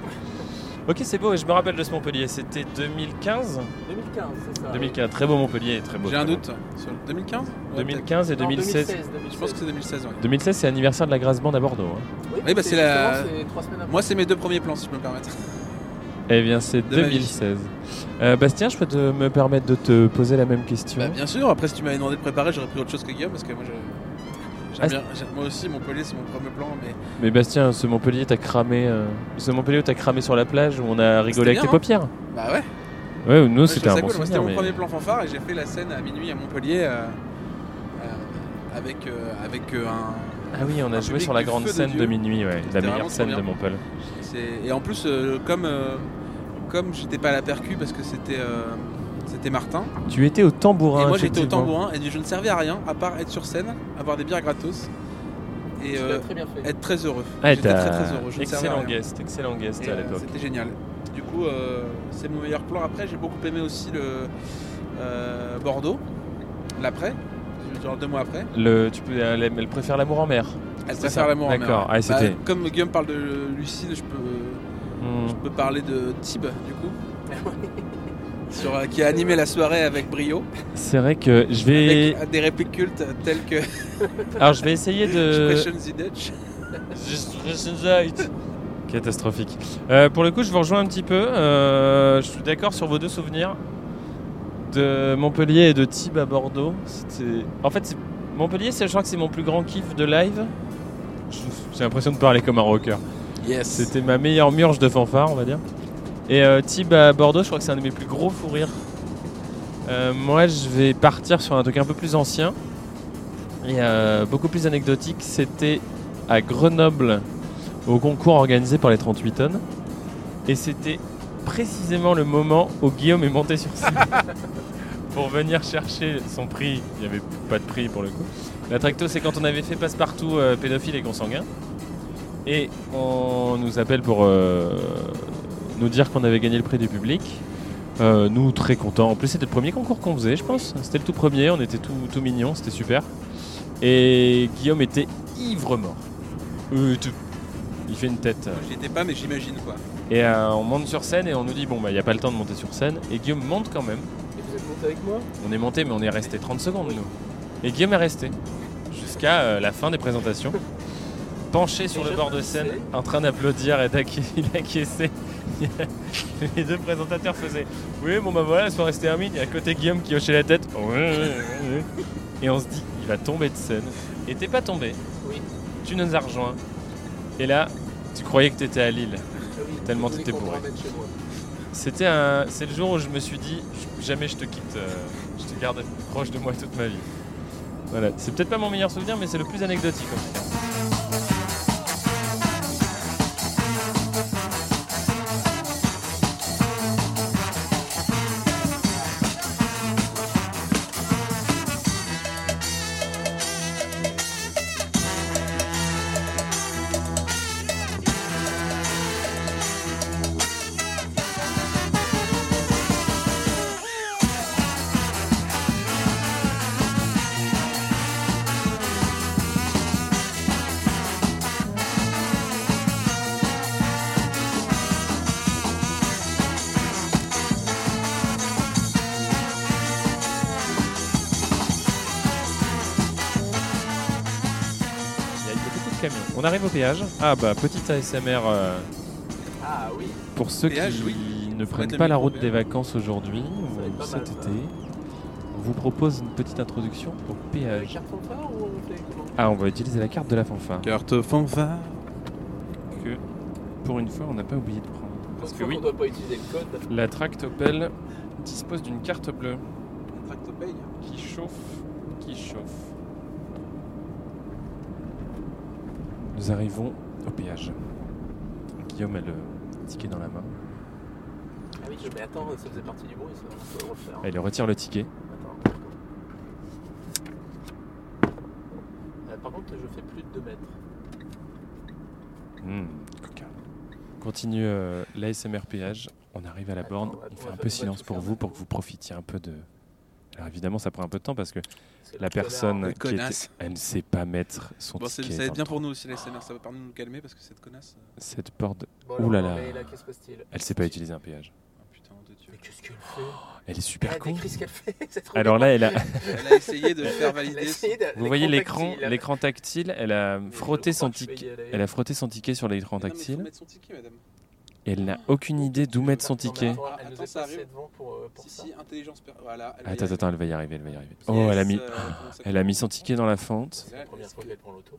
[SPEAKER 1] Ok, c'est beau, et je me rappelle de ce Montpellier, c'était 2015
[SPEAKER 4] 2015, c'est ça
[SPEAKER 1] 2015, très beau Montpellier, très beau.
[SPEAKER 2] J'ai un
[SPEAKER 1] très beau.
[SPEAKER 2] doute. Sur le 2015 Ouais,
[SPEAKER 1] 2015 et 2016.
[SPEAKER 2] peut-être. Je pense que c'est 2016. ouais.
[SPEAKER 1] 2016, c'est l'anniversaire de la Grasse Bande à Bordeaux. hein.
[SPEAKER 2] Oui, bah, c'est la- justement,
[SPEAKER 4] Moi,
[SPEAKER 2] Moi, c'est mes deux premiers plans, si je peux me permettre.
[SPEAKER 1] Eh bien, c'est
[SPEAKER 2] De ma vie.
[SPEAKER 1] 2016. Euh, Bastien, je peux te, me permettre de te poser la même question
[SPEAKER 2] Bah, bien sûr, après, si tu m'avais demandé de préparer, j'aurais pris autre chose que Guillaume, parce que moi, je. j'aime
[SPEAKER 1] Ah,
[SPEAKER 2] bien- j'aime- moi aussi, Montpellier, c'est mon premier plan, mais
[SPEAKER 1] Mais Bastien, ce Montpellier, t'as cramé, euh, ce Montpellier où t'as cramé sur la plage, où on a rigolé avec
[SPEAKER 2] bien,
[SPEAKER 1] tes
[SPEAKER 2] hein.
[SPEAKER 1] paupières
[SPEAKER 2] bah ouais.
[SPEAKER 1] Ouais, nous,
[SPEAKER 2] Ouais, je
[SPEAKER 1] c'était
[SPEAKER 2] trouvais
[SPEAKER 1] un
[SPEAKER 2] ça
[SPEAKER 1] bon
[SPEAKER 2] cool. Moi, c'était
[SPEAKER 1] souvenir.
[SPEAKER 2] mon
[SPEAKER 1] mais-
[SPEAKER 2] premier plan fanfare et j'ai fait la scène à minuit à Montpellier euh, euh, avec, euh, avec euh, un.
[SPEAKER 1] Ah oui, on a
[SPEAKER 2] Un
[SPEAKER 1] joué
[SPEAKER 2] public
[SPEAKER 1] sur la
[SPEAKER 2] du
[SPEAKER 1] grande
[SPEAKER 2] feu de
[SPEAKER 1] scène de,
[SPEAKER 2] Dieu.
[SPEAKER 1] minuit, ouais, la
[SPEAKER 2] C'était
[SPEAKER 1] meilleure
[SPEAKER 2] vraiment
[SPEAKER 1] scène
[SPEAKER 2] trop
[SPEAKER 1] de
[SPEAKER 2] bien.
[SPEAKER 1] Montpellier.
[SPEAKER 2] c'est- Et en plus, euh, comme, euh, comme j'étais pas à la percu parce que c'était euh, c'était Martin,
[SPEAKER 1] Tu étais au tambourin.
[SPEAKER 2] et moi j'étais au
[SPEAKER 1] effectivement.
[SPEAKER 2] tambourin et je ne servais à rien à part être sur scène, avoir des bières gratos et euh,
[SPEAKER 4] très bien fait.
[SPEAKER 2] être très heureux.
[SPEAKER 1] Ah,
[SPEAKER 2] j'étais
[SPEAKER 1] t'as-
[SPEAKER 2] très très heureux. Je ne servais à
[SPEAKER 1] excellent
[SPEAKER 2] rien.
[SPEAKER 1] guest, excellent guest
[SPEAKER 2] Et,
[SPEAKER 1] à
[SPEAKER 2] euh,
[SPEAKER 1] l'époque.
[SPEAKER 2] C'était génial. Du coup, euh, c'est mon meilleur plan. Après, j'ai beaucoup aimé aussi le euh, Bordeaux, l'après, genre deux mois après.
[SPEAKER 1] Le, tu peux, elle, aime- elle préfère l'amour en mer.
[SPEAKER 2] Elle
[SPEAKER 1] C'est
[SPEAKER 2] préfère
[SPEAKER 1] ça.
[SPEAKER 2] l'amour en mer.
[SPEAKER 1] D'accord. Ah,
[SPEAKER 2] Bah,
[SPEAKER 1] c'était-
[SPEAKER 2] comme Guillaume parle de Lucille, je peux,
[SPEAKER 1] Hmm.
[SPEAKER 2] je peux parler de Tib, du coup. Sur, euh, qui a animé la soirée avec brio,
[SPEAKER 1] C'est vrai que je vais.
[SPEAKER 2] avec des répliques cultes telles que
[SPEAKER 1] Alors je vais essayer de.
[SPEAKER 2] Expression the Dutch.
[SPEAKER 1] Catastrophique. Euh, pour le coup, je vous rejoins un petit peu. Euh, je suis d'accord sur vos deux souvenirs de Montpellier et de Tibes à Bordeaux. C'était- En fait, c'est- Montpellier, c'est- je crois que c'est mon plus grand kiff de live. Je- J'ai l'impression de parler comme un rocker.
[SPEAKER 2] Yes.
[SPEAKER 1] C'était ma meilleure murge de fanfare, on va dire. Et euh, Tib à Bordeaux, je crois que c'est un de mes plus gros fous rires. Euh, moi, je vais partir sur un truc un peu plus ancien et euh, beaucoup plus anecdotique. C'était à Grenoble, au concours organisé par les 38 tonnes. Et c'était précisément le moment où Guillaume est monté sur scène pour venir chercher son prix. Il n'y avait pas de prix pour le coup. La tracto, c'est quand on avait fait passe-partout euh, pédophile et consanguin. Et on nous appelle pour euh, nous dire qu'on avait gagné le prix du public. Euh, nous, très contents. En plus, c'était le premier concours qu'on faisait, je pense. C'était le tout premier, on était tout, tout mignons, c'était super. Et Guillaume était ivre-mort. Euh, tu- Il fait une tête. euh.
[SPEAKER 2] J'y étais pas, mais j'imagine quoi.
[SPEAKER 1] Et euh, on monte sur scène et on nous dit, bon, bah, il n'y a pas le temps de monter sur scène. Et Guillaume monte quand même.
[SPEAKER 4] Et vous êtes monté avec moi Ah
[SPEAKER 1] On est monté, mais on est resté 30 secondes, nous. Et Guillaume est resté jusqu'à euh, la fin des présentations, penché sur
[SPEAKER 4] Et
[SPEAKER 1] le
[SPEAKER 4] je
[SPEAKER 1] bord de scène,
[SPEAKER 4] pensais-
[SPEAKER 1] en train d'applaudir et d'acqui- d'acquiescer. Les deux présentateurs faisaient Oui, bon bah voilà, la soirée c'était termine. Et à côté, Guillaume qui hochait la tête. Ouais, ouais, ouais. Et on se dit Il va tomber de scène. Et t'es pas tombé.
[SPEAKER 4] Oui.
[SPEAKER 1] Tu nous as rejoints. Et là, tu croyais que t'étais à Lille. Tellement t'étais bourré. C'était un... C'est le jour où je me suis dit, je- jamais je te quitte, euh, je te garde proche de moi toute ma vie. Voilà, c'est peut-être pas mon meilleur souvenir, mais c'est le plus anecdotique en tout cas. Il y a- il y a beaucoup de camions. On arrive au péage. Ah bah, petite ASMR euh,
[SPEAKER 4] Ah oui.
[SPEAKER 1] pour ceux
[SPEAKER 2] Péage,
[SPEAKER 1] qui
[SPEAKER 2] oui.
[SPEAKER 1] ne
[SPEAKER 2] mettre
[SPEAKER 1] prennent
[SPEAKER 2] le
[SPEAKER 1] pas la
[SPEAKER 2] micro
[SPEAKER 1] route
[SPEAKER 2] bien.
[SPEAKER 1] des vacances aujourd'hui
[SPEAKER 4] Ça va être
[SPEAKER 1] ou
[SPEAKER 4] pas
[SPEAKER 1] cet
[SPEAKER 4] mal,
[SPEAKER 1] été. On vous propose une petite introduction au péage.
[SPEAKER 4] ou
[SPEAKER 1] Ah, on va utiliser la carte de la fanfare.
[SPEAKER 2] Carte fanfare.
[SPEAKER 1] Que pour une fois, on n'a pas oublié de prendre. Parce que oui,
[SPEAKER 4] doit pas utiliser le code.
[SPEAKER 1] la Tractopelle dispose d'une carte bleue. qui chauffe, qui chauffe. Nous arrivons au péage. Guillaume a le ticket dans la main.
[SPEAKER 4] Ah oui, mais attends, ça faisait partie du bruit, ça, on peut le refaire.
[SPEAKER 1] Ah, Il retire le ticket.
[SPEAKER 4] Attends. Euh, par contre, je fais plus de 2 mètres.
[SPEAKER 1] Hmm, coca. Continue euh, l'ASMR péage. On arrive à la
[SPEAKER 4] Attends,
[SPEAKER 1] borne. On
[SPEAKER 4] attends,
[SPEAKER 1] fait un
[SPEAKER 4] attends,
[SPEAKER 1] peu
[SPEAKER 4] on va
[SPEAKER 1] silence
[SPEAKER 4] tout
[SPEAKER 1] pour
[SPEAKER 4] faire.
[SPEAKER 1] vous, pour que vous profitiez un peu de. Alors évidemment, ça prend un peu de temps parce que
[SPEAKER 4] Parce que
[SPEAKER 1] la
[SPEAKER 4] le connard,
[SPEAKER 1] personne
[SPEAKER 2] le
[SPEAKER 1] qui
[SPEAKER 2] connasse.
[SPEAKER 1] était, elle ne sait pas mettre son
[SPEAKER 2] Bon, c'est-
[SPEAKER 1] ticket.
[SPEAKER 2] ça va être
[SPEAKER 1] dans
[SPEAKER 2] bien pour nous aussi, la SMR. Ça va permettre de nous calmer parce que cette connasse. euh,
[SPEAKER 1] Cette porte,
[SPEAKER 4] Bon,
[SPEAKER 1] Ouh là
[SPEAKER 4] alors,
[SPEAKER 1] là.
[SPEAKER 4] Mais là, qu'est-ce qui se passe-t-il
[SPEAKER 1] elle sait pas utiliser un péage.
[SPEAKER 2] oh, putain de Dieu.
[SPEAKER 4] Mais qu'est-ce qu'elle fait
[SPEAKER 1] Elle est super
[SPEAKER 4] Elle
[SPEAKER 1] con.
[SPEAKER 4] décrit ce qu'elle fait. c'est trop
[SPEAKER 1] Oh, Alors là, elle a,
[SPEAKER 2] Elle a essayé de faire
[SPEAKER 4] bien. Elle a
[SPEAKER 2] valider.
[SPEAKER 4] essayé de-
[SPEAKER 1] Vous voyez l'écran,
[SPEAKER 4] tactile.
[SPEAKER 1] l'écran tactile. Elle a
[SPEAKER 4] Mais je
[SPEAKER 1] frotté
[SPEAKER 4] crois
[SPEAKER 1] son
[SPEAKER 4] que je vais y
[SPEAKER 1] ticket.
[SPEAKER 4] aller.
[SPEAKER 1] Elle a frotté son ticket sur l'écran
[SPEAKER 2] Mais non, mais il faut
[SPEAKER 1] tactile.
[SPEAKER 2] mettre son ticket, madame.
[SPEAKER 1] Et elle n'a aucune idée d'où mettre son
[SPEAKER 4] Non, mais
[SPEAKER 1] ticket.
[SPEAKER 4] attends, Elle
[SPEAKER 2] Ah, Attends,
[SPEAKER 4] nous a
[SPEAKER 2] ça
[SPEAKER 4] passé
[SPEAKER 2] arrive.
[SPEAKER 4] devant pour, euh, pour
[SPEAKER 2] Si,
[SPEAKER 4] ça.
[SPEAKER 2] si, intelligence. per- Voilà. elle va y
[SPEAKER 1] Attends,
[SPEAKER 2] arriver.
[SPEAKER 1] attends, elle va y arriver, elle va y arriver. Oh,
[SPEAKER 2] Yes,
[SPEAKER 1] elle a mis,
[SPEAKER 2] euh, comment ça
[SPEAKER 1] elle a mis son ticket dans la fente.
[SPEAKER 4] C'est la première fois qu'elle prend l'auto.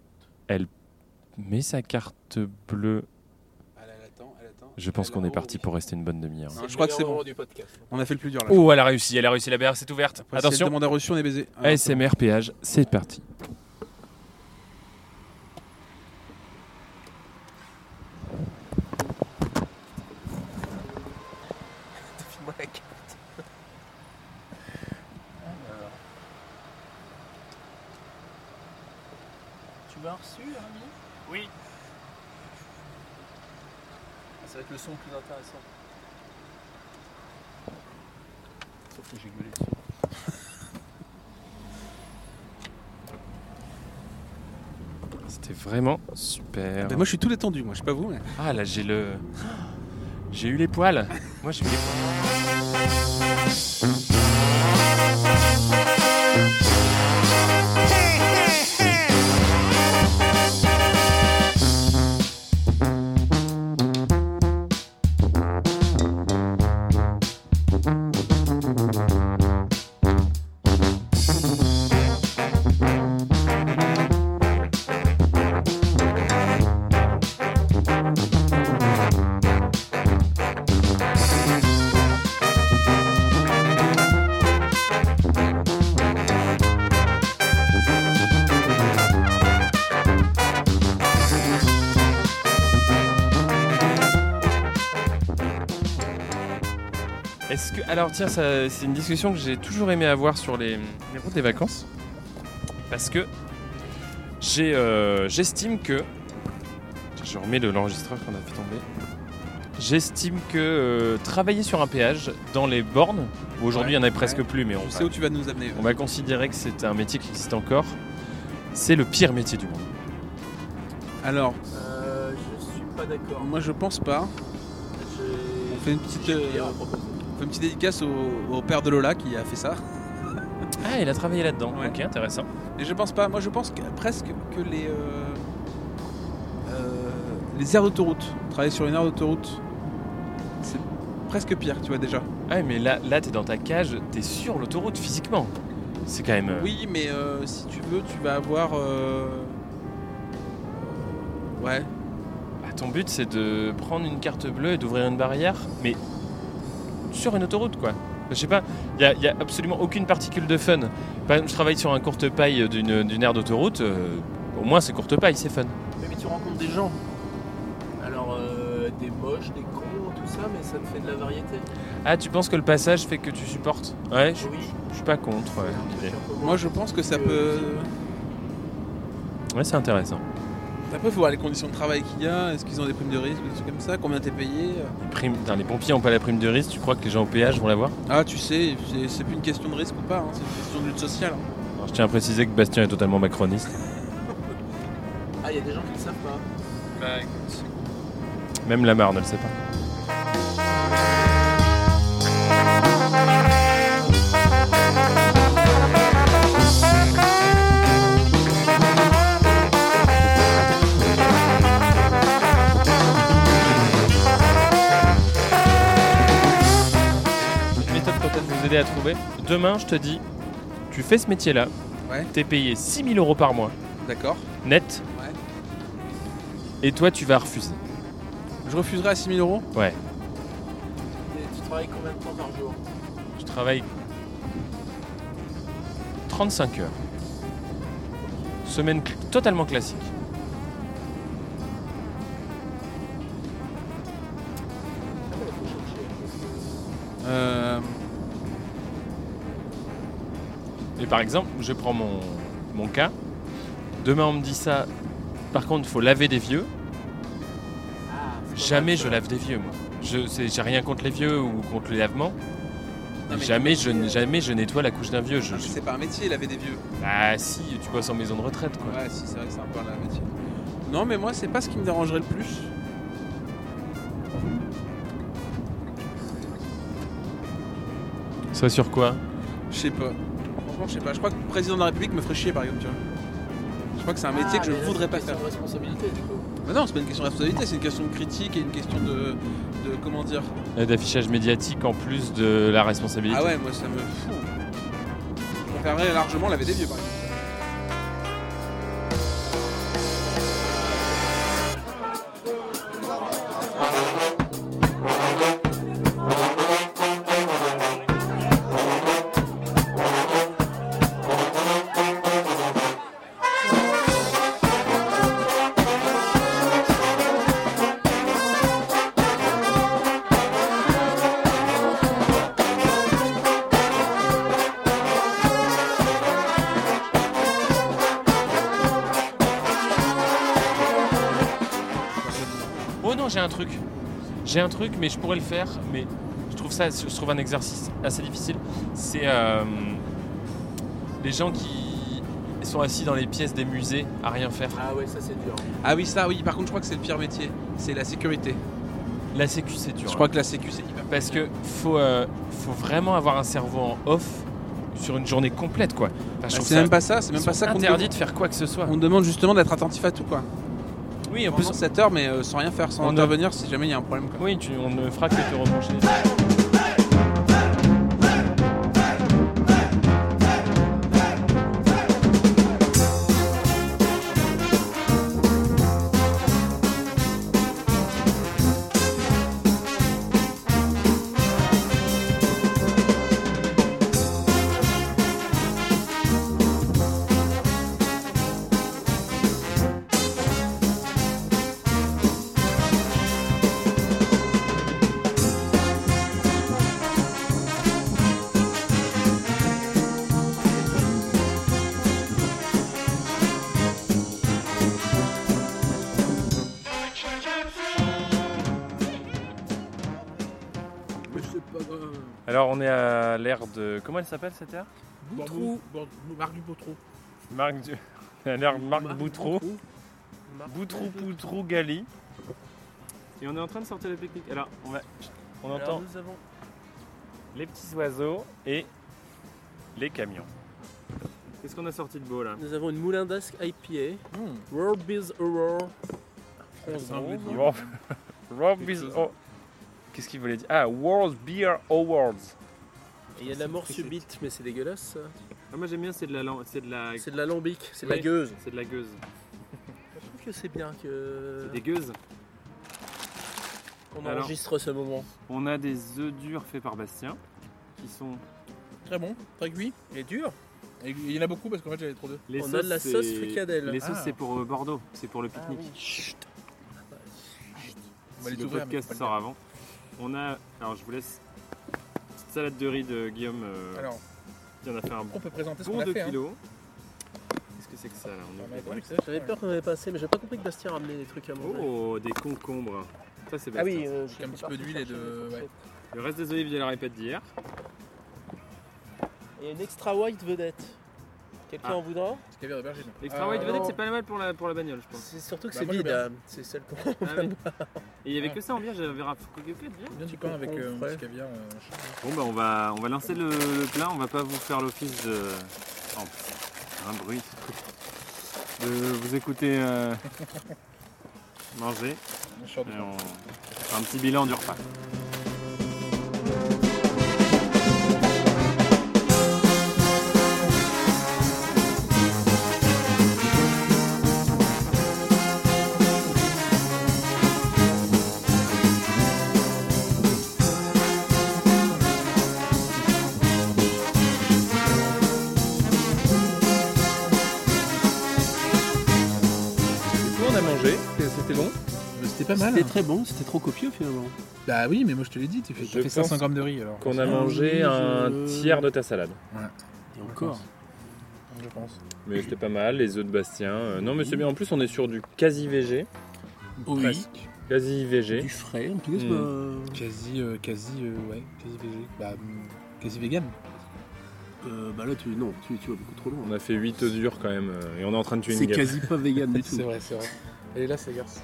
[SPEAKER 1] Met sa carte bleue.
[SPEAKER 2] Elle, elle attend, elle attend.
[SPEAKER 1] Je pense
[SPEAKER 2] Elle-
[SPEAKER 1] qu'on est
[SPEAKER 2] oh,
[SPEAKER 1] parti
[SPEAKER 2] oui.
[SPEAKER 1] pour rester une bonne demi-heure.
[SPEAKER 2] Non,
[SPEAKER 4] le
[SPEAKER 2] je crois que c'est
[SPEAKER 4] meilleur
[SPEAKER 2] bon.
[SPEAKER 4] moment du podcast.
[SPEAKER 2] On a fait le plus dur là.
[SPEAKER 1] Oh, elle a réussi, elle a réussi. La barrière s'est ouverte.
[SPEAKER 2] Après, si elle
[SPEAKER 1] Attention. Eh,
[SPEAKER 2] demande un reçu, on est baisé. Ah, non, c'est bon.
[SPEAKER 1] ASMR péage, c'est parti.
[SPEAKER 4] File-moi la carte. Alors. Tu m'as reçu, Rami Oui. Ah, Ça va être le son le plus intéressant. Sauf que j'ai gueulé dessus.
[SPEAKER 1] C'était vraiment super.
[SPEAKER 2] Mais moi, je suis tout détendu, moi, je sais pas vous. Mais...
[SPEAKER 1] Ah là, j'ai le. J'ai eu les poils. Moi, j'ai eu les poils. Est-ce que alors tiens, ça- c'est une discussion que j'ai toujours aimé avoir sur les, les routes des vacances, parce que j'ai euh, j'estime que Tiens, je remets le l'enregistreur qu'on a fait tomber. J'estime que euh, travailler sur un péage dans les bornes, où aujourd'hui il
[SPEAKER 2] Ouais,
[SPEAKER 1] n'y en a presque plus, mais on
[SPEAKER 2] Je
[SPEAKER 1] va,
[SPEAKER 2] sais où tu vas nous amener.
[SPEAKER 1] bah, on va considérer que c'est un métier qui existe encore, c'est le pire métier du monde.
[SPEAKER 2] Alors,
[SPEAKER 4] Euh, je suis pas d'accord.
[SPEAKER 2] moi je pense pas. On fait une petite, euh, On fait une petite dédicace au, au père de Lola qui a fait ça.
[SPEAKER 1] Ah, il a travaillé là-dedans.
[SPEAKER 2] Ouais.
[SPEAKER 1] Ok, intéressant.
[SPEAKER 2] Et je pense pas. Moi je pense que- presque que les. euh, euh, les aires d'autoroute. Travailler sur une aire d'autoroute, c'est presque pire, tu vois déjà.
[SPEAKER 1] Ah, mais là, là t'es dans ta cage, t'es sur l'autoroute physiquement. C'est quand même. euh,
[SPEAKER 2] Oui, mais euh, si tu veux, tu vas avoir. euh, Ouais.
[SPEAKER 1] bah, ton but, c'est de prendre une carte bleue et d'ouvrir une barrière, mais sur une autoroute, quoi. Je sais pas, il y a, y a absolument aucune particule de fun. Par exemple, je travaille sur un courte paille d'une d'une aire d'autoroute. euh, au moins, c'est courte paille, c'est fun.
[SPEAKER 4] Mais, mais tu rencontres des gens. Alors, euh, des moches, des cons, tout ça, mais ça te fait de la variété.
[SPEAKER 1] Ah, tu penses que le passage fait que tu supportes Ouais, je
[SPEAKER 4] Oui. Euh,
[SPEAKER 1] je suis pas contre. Ouais, l'idée.
[SPEAKER 2] Moi je pense que ça peut.
[SPEAKER 1] Ouais, c'est intéressant.
[SPEAKER 2] Après, faut voir les conditions de travail qu'il y a. Est-ce qu'ils ont des primes de risque, des trucs comme ça Combien t'es payé euh.
[SPEAKER 1] Les, primes, putain, les pompiers ont pas la prime de risque, tu crois que les gens au péage vont l'avoir
[SPEAKER 2] Ah, tu sais, c'est- c'est plus une question de risque ou pas, hein, c'est une question de lutte sociale. hein.
[SPEAKER 1] Alors, Je tiens à préciser que Bastien est totalement macroniste.
[SPEAKER 4] Ah, il y a des gens qui ne savent pas.
[SPEAKER 1] Même la marre ne le sait pas. Une méthode pour peut-être vous aider à trouver. Demain, je te dis, tu fais ce métier-là,
[SPEAKER 2] Ouais.
[SPEAKER 1] t'es payé 6000 euros par mois,
[SPEAKER 2] D'accord.
[SPEAKER 1] net,
[SPEAKER 2] Ouais.
[SPEAKER 1] et toi, tu vas refuser.
[SPEAKER 2] Je refuserais à 6000 euros
[SPEAKER 4] tu travailles combien de temps par jour
[SPEAKER 1] Je travaille 35 heures. Semaine cl- totalement classique.
[SPEAKER 2] euh,
[SPEAKER 1] Et par exemple, je prends mon, mon cas. Demain, on me dit ça. Par contre, il faut laver des vieux.
[SPEAKER 6] Ah,
[SPEAKER 1] Jamais je lave des vieux, moi. Je c'est- j'ai rien contre les vieux ou contre le lavement.
[SPEAKER 2] mais
[SPEAKER 1] Jamais
[SPEAKER 2] tu-
[SPEAKER 1] je, n- jamais je nettoie la couche d'un vieux. Je,
[SPEAKER 2] Ah, mais
[SPEAKER 1] je-
[SPEAKER 2] C'est pas un métier, il avait des vieux.
[SPEAKER 1] Bah si, tu bosses en maison de retraite, quoi.
[SPEAKER 2] Ouais, si, c'est vrai que c'est un peu un métier. Non, mais moi, c'est pas ce qui me dérangerait le plus.
[SPEAKER 1] Ça sur quoi
[SPEAKER 2] Je sais pas. Franchement, je sais pas. Je crois que le président de la République me ferait chier, par exemple, tu vois. Je crois que Ah, c'est un métier
[SPEAKER 6] Ah,
[SPEAKER 2] que je voudrais pas faire.
[SPEAKER 4] responsabilité, du coup.
[SPEAKER 2] Mais non, c'est pas une question de responsabilité, c'est une question de critique et une question de. de comment dire
[SPEAKER 1] D'affichage médiatique en plus de la responsabilité.
[SPEAKER 2] Ah ouais, moi, ça me fout. Je préférerais largement laver des vieux, par exemple.
[SPEAKER 1] Oh non, j'ai un truc. J'ai un truc, mais je pourrais le faire. Mais je trouve ça, je trouve un exercice assez difficile. C'est euh, les gens qui sont assis dans les pièces des musées à rien faire.
[SPEAKER 4] Ah ouais, ça c'est dur.
[SPEAKER 2] Ah oui, ça, oui. Par contre, je crois que c'est le pire métier. C'est la sécurité.
[SPEAKER 1] La sécu, c'est dur.
[SPEAKER 2] Je
[SPEAKER 1] hein.
[SPEAKER 2] crois que la sécu, c'est hyper.
[SPEAKER 1] Parce que faut, euh, faut vraiment avoir un cerveau en off sur une journée complète, quoi. Enfin, je trouve
[SPEAKER 2] c'est
[SPEAKER 1] ça
[SPEAKER 2] même pas ça, c'est même
[SPEAKER 1] ils
[SPEAKER 2] pas
[SPEAKER 1] sont
[SPEAKER 2] ça qu'on
[SPEAKER 1] interdit
[SPEAKER 2] demande.
[SPEAKER 1] de faire quoi que ce soit.
[SPEAKER 2] On demande justement d'être attentif à tout, quoi.
[SPEAKER 1] Oui, en
[SPEAKER 2] Pendant
[SPEAKER 1] plus,
[SPEAKER 2] 7 heures, mais euh, sans rien faire, sans
[SPEAKER 1] On ne-
[SPEAKER 2] intervenir si jamais il y a un problème, quoi.
[SPEAKER 1] Oui, tu- on ne fera que te reprocher. Alors on est à l'ère de. Comment elle s'appelle cette ère
[SPEAKER 6] Boutrou. Marc du Boutrou.
[SPEAKER 1] Marc du... à l'ère Marc Boutreau.
[SPEAKER 6] Marc
[SPEAKER 1] Boutrou Poutrou Gali.
[SPEAKER 7] Et on est en train de sortir le pique-nique. Alors, on va.
[SPEAKER 1] On
[SPEAKER 6] Alors,
[SPEAKER 1] entend
[SPEAKER 6] nous avons-
[SPEAKER 1] les petits oiseaux et les camions.
[SPEAKER 7] Qu'est-ce qu'on a sorti de beau là
[SPEAKER 6] Nous avons une moulin d'asque IPA.
[SPEAKER 4] Hmm.
[SPEAKER 6] World Beers Aurore.
[SPEAKER 1] Rob, Rob is- oh. Qu'est-ce qu'il voulait dire Ah, World Beer Awards.
[SPEAKER 6] Et Il y a de la mort subite, mais c'est dégueulasse. ça.
[SPEAKER 7] Ah, Moi j'aime bien, c'est de la. lan- C'est de la.
[SPEAKER 6] C'est de la lambic, c'est de
[SPEAKER 7] Oui.
[SPEAKER 6] la gueuse.
[SPEAKER 7] C'est de la gueuse.
[SPEAKER 6] Je trouve que c'est bien que
[SPEAKER 7] C'est des gueuses.
[SPEAKER 6] on
[SPEAKER 7] Alors.
[SPEAKER 6] enregistre ce moment.
[SPEAKER 7] On a des œufs durs faits par Bastien. Qui sont.
[SPEAKER 2] Très bon, très cuit, il est dur. Et il y en a beaucoup parce qu'en fait j'en ai trop deux.
[SPEAKER 7] Les
[SPEAKER 6] on a de la
[SPEAKER 7] c'est-
[SPEAKER 6] sauce fricadelle.
[SPEAKER 7] Les sauces
[SPEAKER 2] Ah.
[SPEAKER 7] c'est pour euh, Bordeaux, c'est pour le pique-nique.
[SPEAKER 2] On va
[SPEAKER 7] Si
[SPEAKER 2] les
[SPEAKER 7] le
[SPEAKER 2] ouvrir,
[SPEAKER 7] podcast
[SPEAKER 2] mais faut
[SPEAKER 7] sort avant. On a. Alors je vous laisse. Petite salade de riz de Guillaume. euh,
[SPEAKER 2] Alors,
[SPEAKER 7] qui en a fait un
[SPEAKER 2] on peut présenter ce qu'on
[SPEAKER 7] bon
[SPEAKER 2] a
[SPEAKER 7] 2
[SPEAKER 2] fait. hein.
[SPEAKER 7] kilos. Qu'est-ce que c'est que ça là On
[SPEAKER 2] On
[SPEAKER 7] ouvre
[SPEAKER 2] a
[SPEAKER 7] les
[SPEAKER 2] compris
[SPEAKER 7] boîtes.
[SPEAKER 2] que ça,
[SPEAKER 6] J'avais peur qu'on avait passé, mais j'ai pas compris que Bastien ramenait des trucs à manger.
[SPEAKER 7] Oh, des concombres. Ça c'est
[SPEAKER 6] ah
[SPEAKER 7] Bastien.
[SPEAKER 6] oui, euh,
[SPEAKER 2] Avec un petit peu d'huile et de. ouais.
[SPEAKER 7] Le reste des olives, il y a la répète d'hier.
[SPEAKER 6] Et une extra white vedette. Quelqu'un
[SPEAKER 7] Ah.
[SPEAKER 6] en voudra
[SPEAKER 2] Parce qu'il y avait de Virgin.
[SPEAKER 7] L'extra
[SPEAKER 2] Euh,
[SPEAKER 7] white vedette,
[SPEAKER 6] non.
[SPEAKER 7] c'est pas mal pour la, pour la bagnole, je pense.
[SPEAKER 6] C'est surtout que
[SPEAKER 2] Bah,
[SPEAKER 6] c'est
[SPEAKER 2] moi, je veux
[SPEAKER 6] vide,
[SPEAKER 2] bien.
[SPEAKER 6] hein. c'est celle qu'on
[SPEAKER 7] Ah oui. Et il y avait
[SPEAKER 2] Ah.
[SPEAKER 7] que ça en bière, j'avais raconté que de bière.
[SPEAKER 2] Bien du pain avec euh, un petit caviar. euh,
[SPEAKER 7] Bon, bah, on va, on va lancer le, le plat, on va pas vous faire l'office de. Oh, un bruit, ce truc. De vous écouter euh, manger.
[SPEAKER 2] un short.
[SPEAKER 7] Et on fait un petit bilan du repas.
[SPEAKER 2] Du coup, on a mangé, et c'était bon. C'était
[SPEAKER 6] Ah,
[SPEAKER 2] pas mal. hein.
[SPEAKER 4] C'était très bon, c'était trop copieux finalement.
[SPEAKER 2] Bah oui, mais moi je te l'ai dit, tu fais,
[SPEAKER 1] Je
[SPEAKER 2] t'as fait 500
[SPEAKER 1] pense
[SPEAKER 2] grammes de riz alors.
[SPEAKER 1] Qu'on a
[SPEAKER 4] Ah oui,
[SPEAKER 1] mangé un
[SPEAKER 4] je-
[SPEAKER 1] tiers de ta salade.
[SPEAKER 4] Et encore.
[SPEAKER 2] Je pense.
[SPEAKER 1] Mais c'était pas mal, les œufs de Bastien. Euh, non, mais c'est bien. En plus, on est sur du quasi VG.
[SPEAKER 4] Oui.
[SPEAKER 2] Presque.
[SPEAKER 1] Quasi
[SPEAKER 4] Du
[SPEAKER 1] VG.
[SPEAKER 4] frais, en tout cas. c'est
[SPEAKER 1] Hmm.
[SPEAKER 4] pas-
[SPEAKER 2] Quasi, euh, quasi, euh, ouais, quasi végé. Bah, hum, quasi vegan.
[SPEAKER 4] Euh, bah là, tu, non, tu, tu vas beaucoup trop
[SPEAKER 1] On
[SPEAKER 4] loin.
[SPEAKER 1] a fait 8 œufs durs quand même. euh, Et on est en train de tuer
[SPEAKER 4] C'est
[SPEAKER 1] une guêpe.
[SPEAKER 4] quasi pas vegan du tout.
[SPEAKER 2] vrai, c'est vrai. Elle est là, cette garce.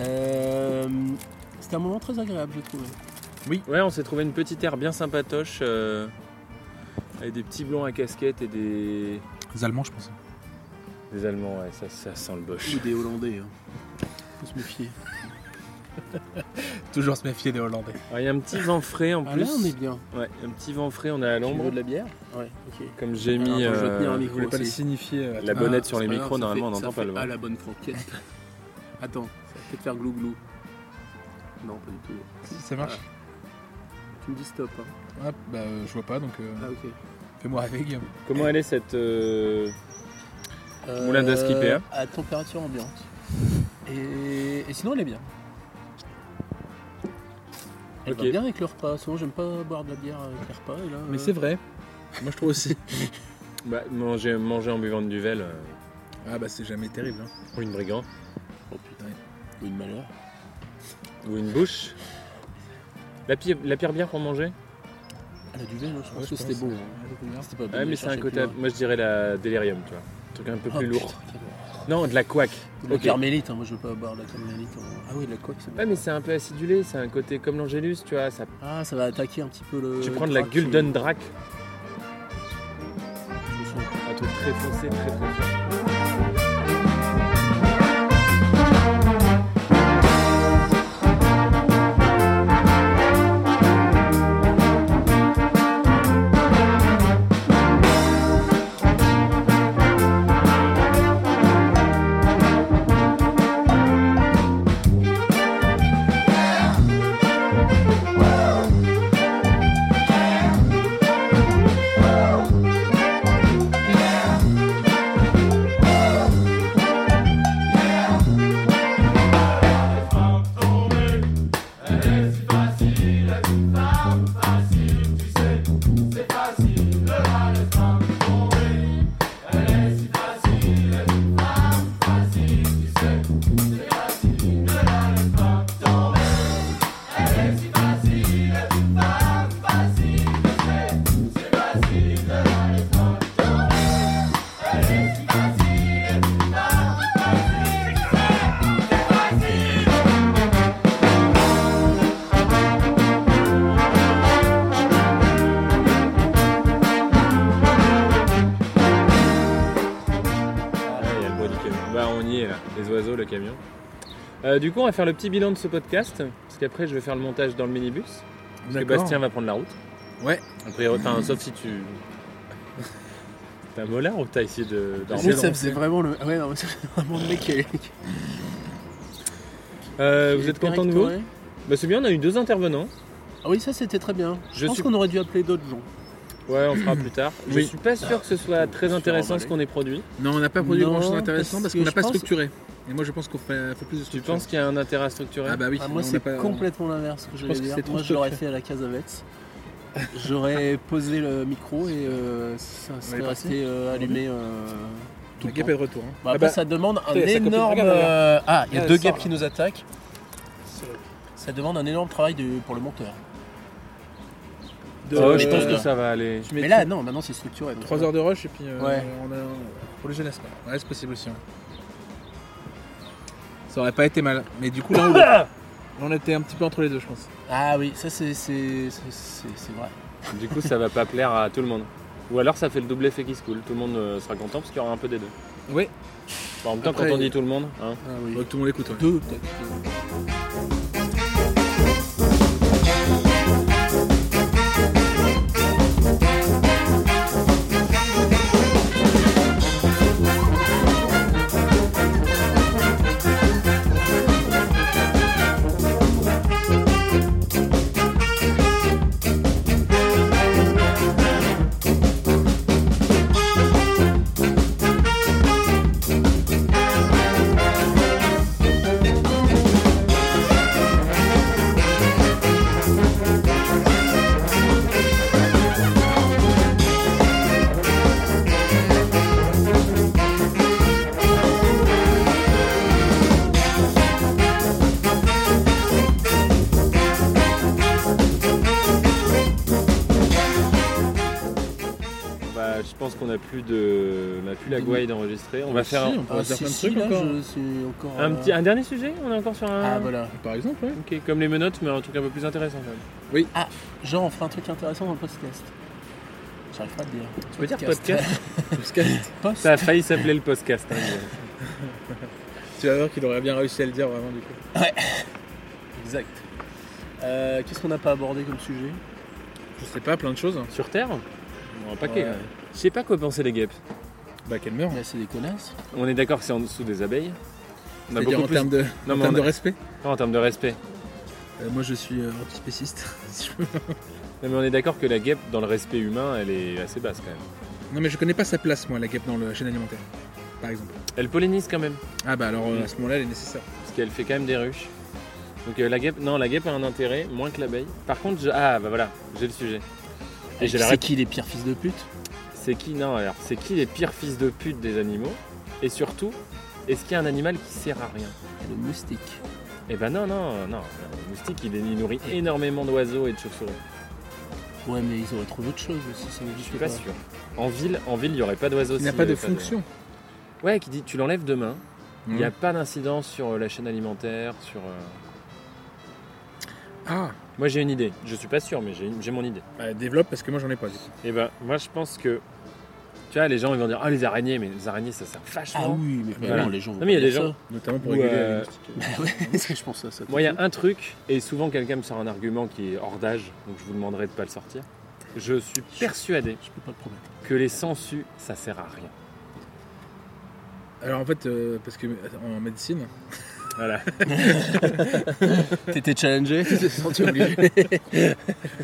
[SPEAKER 4] Euh, C'était un moment très agréable, j'ai trouvé.
[SPEAKER 1] Ouais, on s'est trouvé une petite aire bien sympatoche. euh, avec des petits blonds à casquette et des.
[SPEAKER 2] Les Allemands, je pense.
[SPEAKER 1] Des Allemands, ouais, ça, ça sent le boche.
[SPEAKER 4] Ou des Hollandais. hein. Faut se méfier.
[SPEAKER 2] Toujours se méfier des Hollandais.
[SPEAKER 1] Ah, Il y a un petit vent frais en
[SPEAKER 4] Ah,
[SPEAKER 1] plus.
[SPEAKER 4] là, on est bien.
[SPEAKER 1] Ouais, un petit vent frais, on est à
[SPEAKER 4] Tu
[SPEAKER 1] l'ombre.
[SPEAKER 4] veux de la bière Ouais, ok.
[SPEAKER 1] Comme j'ai
[SPEAKER 4] Alors,
[SPEAKER 1] mis.
[SPEAKER 4] attends, je vais
[SPEAKER 1] euh,
[SPEAKER 4] tenir un
[SPEAKER 2] Je voulais
[SPEAKER 4] micro
[SPEAKER 2] pas le
[SPEAKER 4] aussi.
[SPEAKER 2] signifier. euh,
[SPEAKER 1] La bonnette sur
[SPEAKER 4] c'est
[SPEAKER 1] les
[SPEAKER 4] pas grave,
[SPEAKER 1] micros,
[SPEAKER 4] ça
[SPEAKER 1] normalement, on
[SPEAKER 4] fait- ça
[SPEAKER 1] n'entend pas
[SPEAKER 4] fait
[SPEAKER 1] le vent.
[SPEAKER 4] Ah, la bonne franquette. Attends, ça va peut-être faire glou-glou. Non, pas du tout.
[SPEAKER 2] Si ça marche.
[SPEAKER 4] Tu me dis stop. hein.
[SPEAKER 2] Ah, bah, euh, je vois pas, donc euh,
[SPEAKER 4] Ah, ok.
[SPEAKER 2] fais-moi rêver, Guillaume.
[SPEAKER 1] Comment elle est cette. euh, Moulin d'Asque IPA.
[SPEAKER 4] Euh, À température ambiante. Et, et sinon, elle est bien. Elle
[SPEAKER 1] Ok.
[SPEAKER 4] va bien avec le repas. Souvent, j'aime pas boire de la bière avec les repas. Et là,
[SPEAKER 2] Mais
[SPEAKER 4] euh,
[SPEAKER 2] c'est vrai. Moi, je trouve aussi.
[SPEAKER 1] Bah, manger, manger en buvant de Duvel, euh,
[SPEAKER 2] Ah, bah, c'est jamais terrible. hein.
[SPEAKER 1] ou une brigand,
[SPEAKER 4] Oh putain. Ou une malheur.
[SPEAKER 1] ou une bouche. La pire, la pire bière pour manger
[SPEAKER 4] Elle a du vin, je pense
[SPEAKER 2] Ouais, je
[SPEAKER 4] que c'était
[SPEAKER 2] pense.
[SPEAKER 4] bon.
[SPEAKER 2] Ah, c'est bien.
[SPEAKER 4] C'était pas bon.
[SPEAKER 1] Ouais, mais c'est un côté. Moi je dirais la Delirium, tu vois. Un truc un peu
[SPEAKER 4] Ah,
[SPEAKER 1] plus lourd. Non, de la couac.
[SPEAKER 4] Oh, La
[SPEAKER 1] Ok.
[SPEAKER 4] carmélite, hein, moi je veux pas boire de la carmélite. en- Ah oui, de la coque, c'est bon.
[SPEAKER 1] Ouais, mais c'est un peu acidulé, c'est un côté comme l'Angélus, tu vois. Ça...
[SPEAKER 4] Ah, ça va attaquer un petit peu le.
[SPEAKER 1] tu prends de la
[SPEAKER 4] crack, le-
[SPEAKER 1] Gulden Drac,
[SPEAKER 4] le son.
[SPEAKER 1] un truc très foncé, très très fort. Ah, Bah on y est là, les oiseaux, le camion. Euh, du coup on va faire le petit bilan de ce podcast, parce qu'après je vais faire le montage dans le minibus. Parce que Bastien va prendre la route.
[SPEAKER 8] Ouais.
[SPEAKER 1] A priori, enfin, sauf si tu. T'as un molar ou t'as essayé de
[SPEAKER 4] Moi,
[SPEAKER 1] dormir
[SPEAKER 4] ça faisait vraiment le. Ouais, non, mais ça faisait vraiment le mec qui est- qui
[SPEAKER 1] Euh,
[SPEAKER 4] est
[SPEAKER 1] Vous êtes content de vous
[SPEAKER 4] directoré.
[SPEAKER 1] Bah c'est bien, on a eu deux intervenants.
[SPEAKER 4] Ah oui, ça c'était très bien. Je,
[SPEAKER 1] Je
[SPEAKER 4] pense
[SPEAKER 1] suis-
[SPEAKER 4] qu'on aurait dû appeler d'autres gens.
[SPEAKER 1] Ouais, on fera plus tard. Je
[SPEAKER 8] Oui.
[SPEAKER 1] suis pas sûr que ce soit très intéressant ce qu'on ait produit.
[SPEAKER 8] Non, on n'a pas
[SPEAKER 4] produit
[SPEAKER 8] produit
[SPEAKER 4] Non,
[SPEAKER 8] grand chose
[SPEAKER 4] grand-chose
[SPEAKER 8] d'intéressant parce
[SPEAKER 4] d'intéressant parce parce
[SPEAKER 8] qu'on n'a
[SPEAKER 4] que qu'on n'a
[SPEAKER 8] pas
[SPEAKER 4] je pas pense-
[SPEAKER 8] structuré. Et moi, je pense qu'on fait, plus de
[SPEAKER 1] Tu
[SPEAKER 8] structure.
[SPEAKER 1] penses qu'il y a un intérêt à structurer
[SPEAKER 8] Ah bah oui.
[SPEAKER 4] Ah, moi, c'est complètement l'inverse que je
[SPEAKER 8] pense
[SPEAKER 4] voulais
[SPEAKER 8] que
[SPEAKER 4] dire.
[SPEAKER 8] c'est trop
[SPEAKER 4] Moi, je l'aurais
[SPEAKER 8] structuré.
[SPEAKER 4] fait à la Casavette. J'aurais posé le micro et euh, ça
[SPEAKER 2] est
[SPEAKER 4] serait
[SPEAKER 2] parti.
[SPEAKER 4] resté euh, allumé euh, tout le
[SPEAKER 2] gap
[SPEAKER 4] temps.
[SPEAKER 2] est de retour. hein.
[SPEAKER 4] Bah,
[SPEAKER 2] Ah
[SPEAKER 4] après,
[SPEAKER 2] bah,
[SPEAKER 4] ça demande un
[SPEAKER 2] ça copie-
[SPEAKER 4] énorme.
[SPEAKER 2] regarde, regarde.
[SPEAKER 4] euh, Ah, il y a
[SPEAKER 2] Ouais,
[SPEAKER 4] deux
[SPEAKER 2] ça sort,
[SPEAKER 4] gaps qui nous attaquent. Ça demande un énorme travail de- pour le monteur.
[SPEAKER 2] de-
[SPEAKER 1] Oh, je pense
[SPEAKER 2] euh,
[SPEAKER 1] que ça va aller.
[SPEAKER 2] Tu mets
[SPEAKER 4] Mais là, non, maintenant c'est structuré. donc
[SPEAKER 2] 3
[SPEAKER 4] ça va.
[SPEAKER 2] heures de rush et puis euh,
[SPEAKER 4] Ouais.
[SPEAKER 2] on a pour le jeunesse quoi. Ouais, c'est possible aussi. hein. Ça aurait pas été mal, mais du coup là on, là, on était un petit peu entre les deux, je pense.
[SPEAKER 4] Ah oui, ça c'est c'est- c'est- c'est- c'est vrai.
[SPEAKER 1] Du coup, ça va pas plaire à tout le monde. Ou alors, ça fait le double effet qui se coule. Tout le monde euh, sera content parce qu'il y aura un peu des deux.
[SPEAKER 2] Oui.
[SPEAKER 1] Enfin, en même temps,
[SPEAKER 2] Après,
[SPEAKER 1] quand on dit
[SPEAKER 2] euh,
[SPEAKER 1] tout le monde, hein.
[SPEAKER 4] Ah oui.
[SPEAKER 2] Faudrait que tout le monde l'écoute. ouais.
[SPEAKER 4] Deux peut-être.
[SPEAKER 1] on va- euh, bah, je pense qu'on a plus de, on a plus la
[SPEAKER 4] Des-
[SPEAKER 1] gouaille d'enregistrer. On va
[SPEAKER 2] Si,
[SPEAKER 1] faire un,
[SPEAKER 2] on pourrait
[SPEAKER 4] Ah,
[SPEAKER 2] faire
[SPEAKER 4] si,
[SPEAKER 2] plein de
[SPEAKER 4] si,
[SPEAKER 2] trucs
[SPEAKER 4] là,
[SPEAKER 2] encore. hein.
[SPEAKER 4] je suis encore.
[SPEAKER 1] un
[SPEAKER 4] euh,
[SPEAKER 1] petit, un dernier sujet. On est encore sur un.
[SPEAKER 4] Ah voilà.
[SPEAKER 2] Par exemple, ouais.
[SPEAKER 1] Ok, comme les menottes, mais un truc un peu plus intéressant. quand même.
[SPEAKER 4] Genre, Ah, on fera un truc intéressant dans le podcast. J'arrive pas à le dire.
[SPEAKER 1] Tu peux dire
[SPEAKER 4] Podcast.
[SPEAKER 1] podcast
[SPEAKER 4] Post
[SPEAKER 1] Ça a failli s'appeler le podcast. hein, mais-
[SPEAKER 2] Tu vas voir qu'il aurait bien réussi à le dire vraiment du coup.
[SPEAKER 4] Exact. Euh, Qu'est-ce qu'on n'a pas abordé comme sujet
[SPEAKER 2] Je sais pas, plein de choses.
[SPEAKER 1] sur Terre, on un paquet.
[SPEAKER 2] Ouais.
[SPEAKER 1] quand même. Je sais pas quoi penser les guêpes.
[SPEAKER 2] Bah qu'elle meurt.
[SPEAKER 4] Là, c'est des connasses.
[SPEAKER 1] On est d'accord que c'est en dessous des abeilles. On a
[SPEAKER 2] C'est-à-dire en
[SPEAKER 1] beaucoup plus.
[SPEAKER 2] termes de,
[SPEAKER 1] Non,
[SPEAKER 2] en
[SPEAKER 1] mais
[SPEAKER 2] termes
[SPEAKER 1] on
[SPEAKER 2] de
[SPEAKER 1] a-
[SPEAKER 2] respect.
[SPEAKER 1] Non, en termes de respect.
[SPEAKER 2] Euh, moi je suis euh, antispéciste. si je peux.
[SPEAKER 1] Non, mais on est d'accord que la guêpe, dans le respect humain, elle est assez basse quand même.
[SPEAKER 2] non mais je connais pas sa place moi, la guêpe dans la chaîne alimentaire. Par exemple.
[SPEAKER 1] Elle pollinise quand même,
[SPEAKER 2] Ah bah alors euh,
[SPEAKER 1] Mm.
[SPEAKER 2] à ce moment-là elle est nécessaire.
[SPEAKER 1] parce qu'elle fait quand même des ruches. Donc euh, la guêpe, non, la guêpe a un intérêt moins que l'abeille. Par contre, je- ah bah voilà, j'ai le sujet. Et j'ai la
[SPEAKER 4] C'est
[SPEAKER 1] réponse.
[SPEAKER 4] qui les pires fils de pute
[SPEAKER 1] C'est qui Non, alors c'est qui les pires fils de pute des animaux Et surtout, est-ce qu'il y a un animal qui sert à rien
[SPEAKER 4] Le moustique.
[SPEAKER 1] Eh ben non, non, non. Le moustique, il, il nourrit énormément d'oiseaux et de chauves-souris.
[SPEAKER 4] Ouais, mais ils auraient trouvé autre chose aussi, ça
[SPEAKER 1] Je
[SPEAKER 4] n'existe
[SPEAKER 1] suis pas sûr. En ville, en ville, il n'y aurait pas d'oiseaux.
[SPEAKER 2] Il n'y a
[SPEAKER 1] s'il
[SPEAKER 2] pas
[SPEAKER 1] y
[SPEAKER 2] de
[SPEAKER 1] avait
[SPEAKER 2] fonction.
[SPEAKER 1] Ouais, qui dit tu l'enlèves demain. Il
[SPEAKER 2] Mm.
[SPEAKER 1] n'y a pas d'incidence sur euh, la chaîne alimentaire, sur. euh,
[SPEAKER 2] Ah
[SPEAKER 1] Moi j'ai une idée, je suis pas sûr mais j'ai une- j'ai mon idée.
[SPEAKER 2] bah, développe parce que moi j'en ai pas du coup.
[SPEAKER 1] Et ben moi je pense que tu vois les gens ils vont dire ah les araignées mais les araignées ça sert vachement.
[SPEAKER 4] Ah oui, mais, mais
[SPEAKER 1] Voilà.
[SPEAKER 4] non, les gens. vont
[SPEAKER 1] Non, mais il y a
[SPEAKER 4] pas
[SPEAKER 1] des
[SPEAKER 4] dire
[SPEAKER 1] gens-
[SPEAKER 4] ça.
[SPEAKER 2] Notamment pour
[SPEAKER 1] Ou,
[SPEAKER 2] réguler
[SPEAKER 1] euh,
[SPEAKER 2] la logistique.
[SPEAKER 4] Bah ouais, c'est ce que je pense à ça.
[SPEAKER 1] Moi il y a un truc et souvent quelqu'un me sort un argument qui est hors d'âge donc je vous demanderai de pas le sortir. Je suis persuadé
[SPEAKER 4] Je peux pas le promettre.
[SPEAKER 1] que les sangsues ça sert à rien.
[SPEAKER 2] Alors en fait, euh, parce que attends, en médecine,
[SPEAKER 1] Voilà.
[SPEAKER 4] T'étais challengé
[SPEAKER 2] je me suis senti obligé.
[SPEAKER 1] T'es,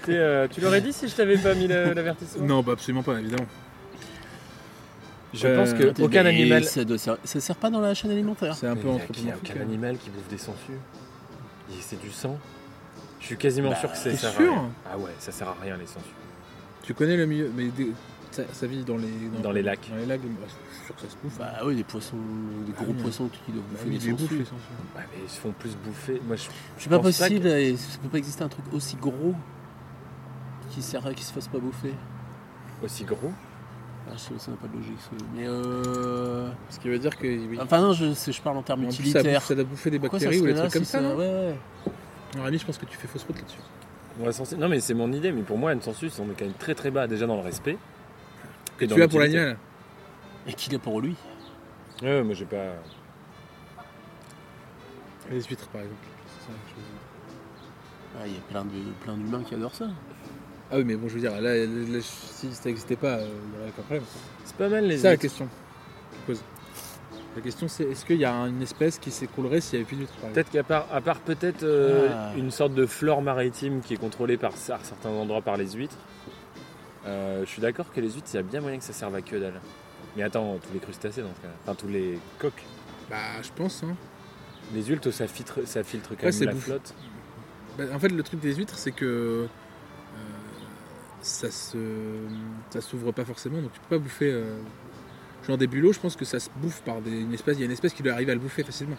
[SPEAKER 1] euh, tu l'aurais dit si je t'avais pas mis le- l'avertissement.
[SPEAKER 2] non, bah absolument pas, évidemment.
[SPEAKER 1] Je
[SPEAKER 2] Euh,
[SPEAKER 1] pense que aucun
[SPEAKER 4] Mais
[SPEAKER 1] animal.
[SPEAKER 4] Ça, doit ser- ça sert pas dans la chaîne alimentaire.
[SPEAKER 2] C'est un
[SPEAKER 1] Mais
[SPEAKER 2] peu
[SPEAKER 1] y a-
[SPEAKER 2] entre
[SPEAKER 1] y a aucun animal qui bouffe des sangsues. Et C'est du sang. Je suis quasiment
[SPEAKER 4] Bah,
[SPEAKER 1] sûr que ça
[SPEAKER 2] t'es
[SPEAKER 1] sert à
[SPEAKER 2] sûr
[SPEAKER 1] rien. Ah ouais, ça sert à rien les sangsues.
[SPEAKER 2] Tu connais le milieu, mais des- ça, ça vit dans les
[SPEAKER 1] Dans les lacs.
[SPEAKER 2] Dans les lacs, bah, je suis sûr que ça se bouffe.
[SPEAKER 4] Bah oui, des poissons, des
[SPEAKER 2] Ah
[SPEAKER 4] gros
[SPEAKER 2] oui.
[SPEAKER 4] poissons qui doivent
[SPEAKER 2] Bah
[SPEAKER 4] bouffer
[SPEAKER 2] oui,
[SPEAKER 4] des
[SPEAKER 2] ils les bouffent,
[SPEAKER 4] sangsues.
[SPEAKER 2] les sangsues.
[SPEAKER 1] Ouais, mais ils se font plus bouffer. Moi, je-
[SPEAKER 4] C'est pas
[SPEAKER 1] pense pas
[SPEAKER 4] possible, et ça peut pas exister un truc aussi gros qui, sert à- qui se fasse pas bouffer.
[SPEAKER 1] aussi gros.
[SPEAKER 4] Ah, ça ça n'a pas de logique. ça. Mais euh...
[SPEAKER 2] Ce qui veut dire que. oui.
[SPEAKER 4] Enfin non, je, c'est- je parle en termes
[SPEAKER 2] En plus, ça, bouffe-
[SPEAKER 4] utilitaires.
[SPEAKER 2] ça doit bouffer des
[SPEAKER 4] Pourquoi
[SPEAKER 2] bactéries
[SPEAKER 4] ça
[SPEAKER 2] ou des
[SPEAKER 4] serait là
[SPEAKER 2] trucs comme
[SPEAKER 4] si
[SPEAKER 2] ça. non
[SPEAKER 4] Ouais, ouais.
[SPEAKER 2] Alors, Rémi, je pense que tu fais fausse route là-dessus.
[SPEAKER 1] Ouais, censé- Non, mais c'est mon idée. Mais pour moi, une censure, on est quand même très très bas déjà dans le respect. Que
[SPEAKER 2] Tu as pour l'animal
[SPEAKER 4] Et qu'il a pour lui
[SPEAKER 9] Ouais, mais j'ai pas.
[SPEAKER 2] Les huîtres, par exemple. C'est ça, je veux dire.
[SPEAKER 4] Ah, il y a plein de- plein d'humains qui adorent ça.
[SPEAKER 2] Ah oui, mais bon, je veux dire, là, là, là, si ça n'existait pas, euh, il y aurait aucun problème.
[SPEAKER 1] C'est pas mal les
[SPEAKER 2] C'est ça la question. que je pose. La question, c'est est-ce qu'il y a une espèce qui s'écroulerait s'il n'y avait plus d'huîtres par exemple
[SPEAKER 1] Peut-être qu'à part, à part peut-être euh,
[SPEAKER 4] Ah.
[SPEAKER 1] une sorte de flore maritime qui est contrôlée par à certains endroits par les huîtres, euh, je suis d'accord que les huîtres, il y a bien moyen que ça serve à que dalle. Mais attends, tous les crustacés dans ce cas Enfin, tous les coques.
[SPEAKER 2] Bah, je pense, hein.
[SPEAKER 1] Les huîtres, ça filtre, ça filtre quand
[SPEAKER 2] Ouais,
[SPEAKER 1] même
[SPEAKER 2] c'est
[SPEAKER 1] la
[SPEAKER 2] bouff-
[SPEAKER 1] flotte.
[SPEAKER 2] Bah, en fait, le truc des huîtres, c'est que euh, ça se, ça s'ouvre pas forcément, donc tu peux pas bouffer. euh, genre des bulots, je pense que ça se bouffe par des, une espèce. Il y a une espèce qui doit arriver à le bouffer facilement.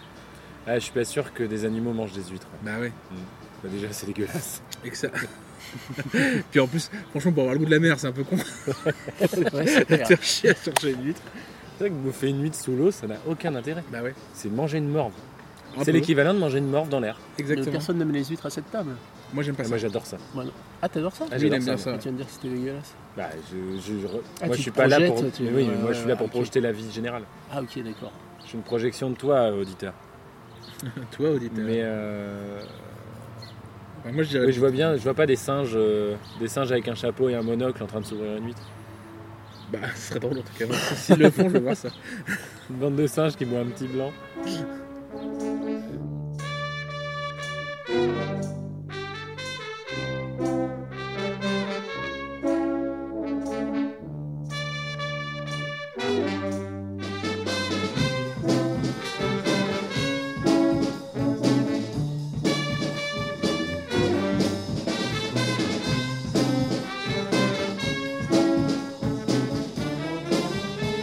[SPEAKER 1] Ah, je suis pas sûr que des animaux mangent des huîtres.
[SPEAKER 2] Bah ouais.
[SPEAKER 1] Bah, déjà, c'est dégueulasse.
[SPEAKER 2] Et que ça. Puis en plus, franchement, pour avoir le goût de la mer, c'est un peu con. de faire chier à chercher une huître.
[SPEAKER 1] C'est vrai que bouffer une huître sous l'eau, ça n'a aucun intérêt.
[SPEAKER 2] Bah ouais.
[SPEAKER 1] C'est manger une morve.
[SPEAKER 2] Un
[SPEAKER 1] c'est
[SPEAKER 2] peu.
[SPEAKER 1] l'équivalent de manger une morve dans l'air.
[SPEAKER 2] Exactement.
[SPEAKER 4] Personne n'aime les huîtres à cette table.
[SPEAKER 2] Moi, j'aime pas
[SPEAKER 1] Ah,
[SPEAKER 2] ça.
[SPEAKER 1] moi, j'adore ça.
[SPEAKER 4] Ah, t'adores ça
[SPEAKER 1] Ah,
[SPEAKER 2] Lui, il
[SPEAKER 1] j'adore
[SPEAKER 2] aime bien
[SPEAKER 1] moi.
[SPEAKER 2] ça. ouais.
[SPEAKER 4] Tu viens de dire que c'était dégueulasse.
[SPEAKER 1] Bah, je, je- je-
[SPEAKER 4] Ah,
[SPEAKER 1] moi,
[SPEAKER 4] tu
[SPEAKER 1] je suis
[SPEAKER 4] te
[SPEAKER 1] pas là
[SPEAKER 4] projettes,
[SPEAKER 1] pour.
[SPEAKER 4] tu-
[SPEAKER 1] Mais oui,
[SPEAKER 4] ouais,
[SPEAKER 1] moi, je suis là
[SPEAKER 4] ouais,
[SPEAKER 1] pour
[SPEAKER 4] ok.
[SPEAKER 1] projeter la vie générale.
[SPEAKER 4] Ah, ok, d'accord.
[SPEAKER 1] Je suis une projection de toi, euh, auditeur.
[SPEAKER 2] Toi, auditeur.
[SPEAKER 1] Mais euh,
[SPEAKER 2] Enfin, moi, je dirais.
[SPEAKER 1] oui, je vois bien, je vois pas des singes, euh, des singes avec un chapeau et un monocle en train de s'ouvrir une huître.
[SPEAKER 2] Bah, ce serait drôle en tout cas. Moi, S'ils le font, je veux voir ça.
[SPEAKER 1] Une bande de singes qui boit un petit blanc.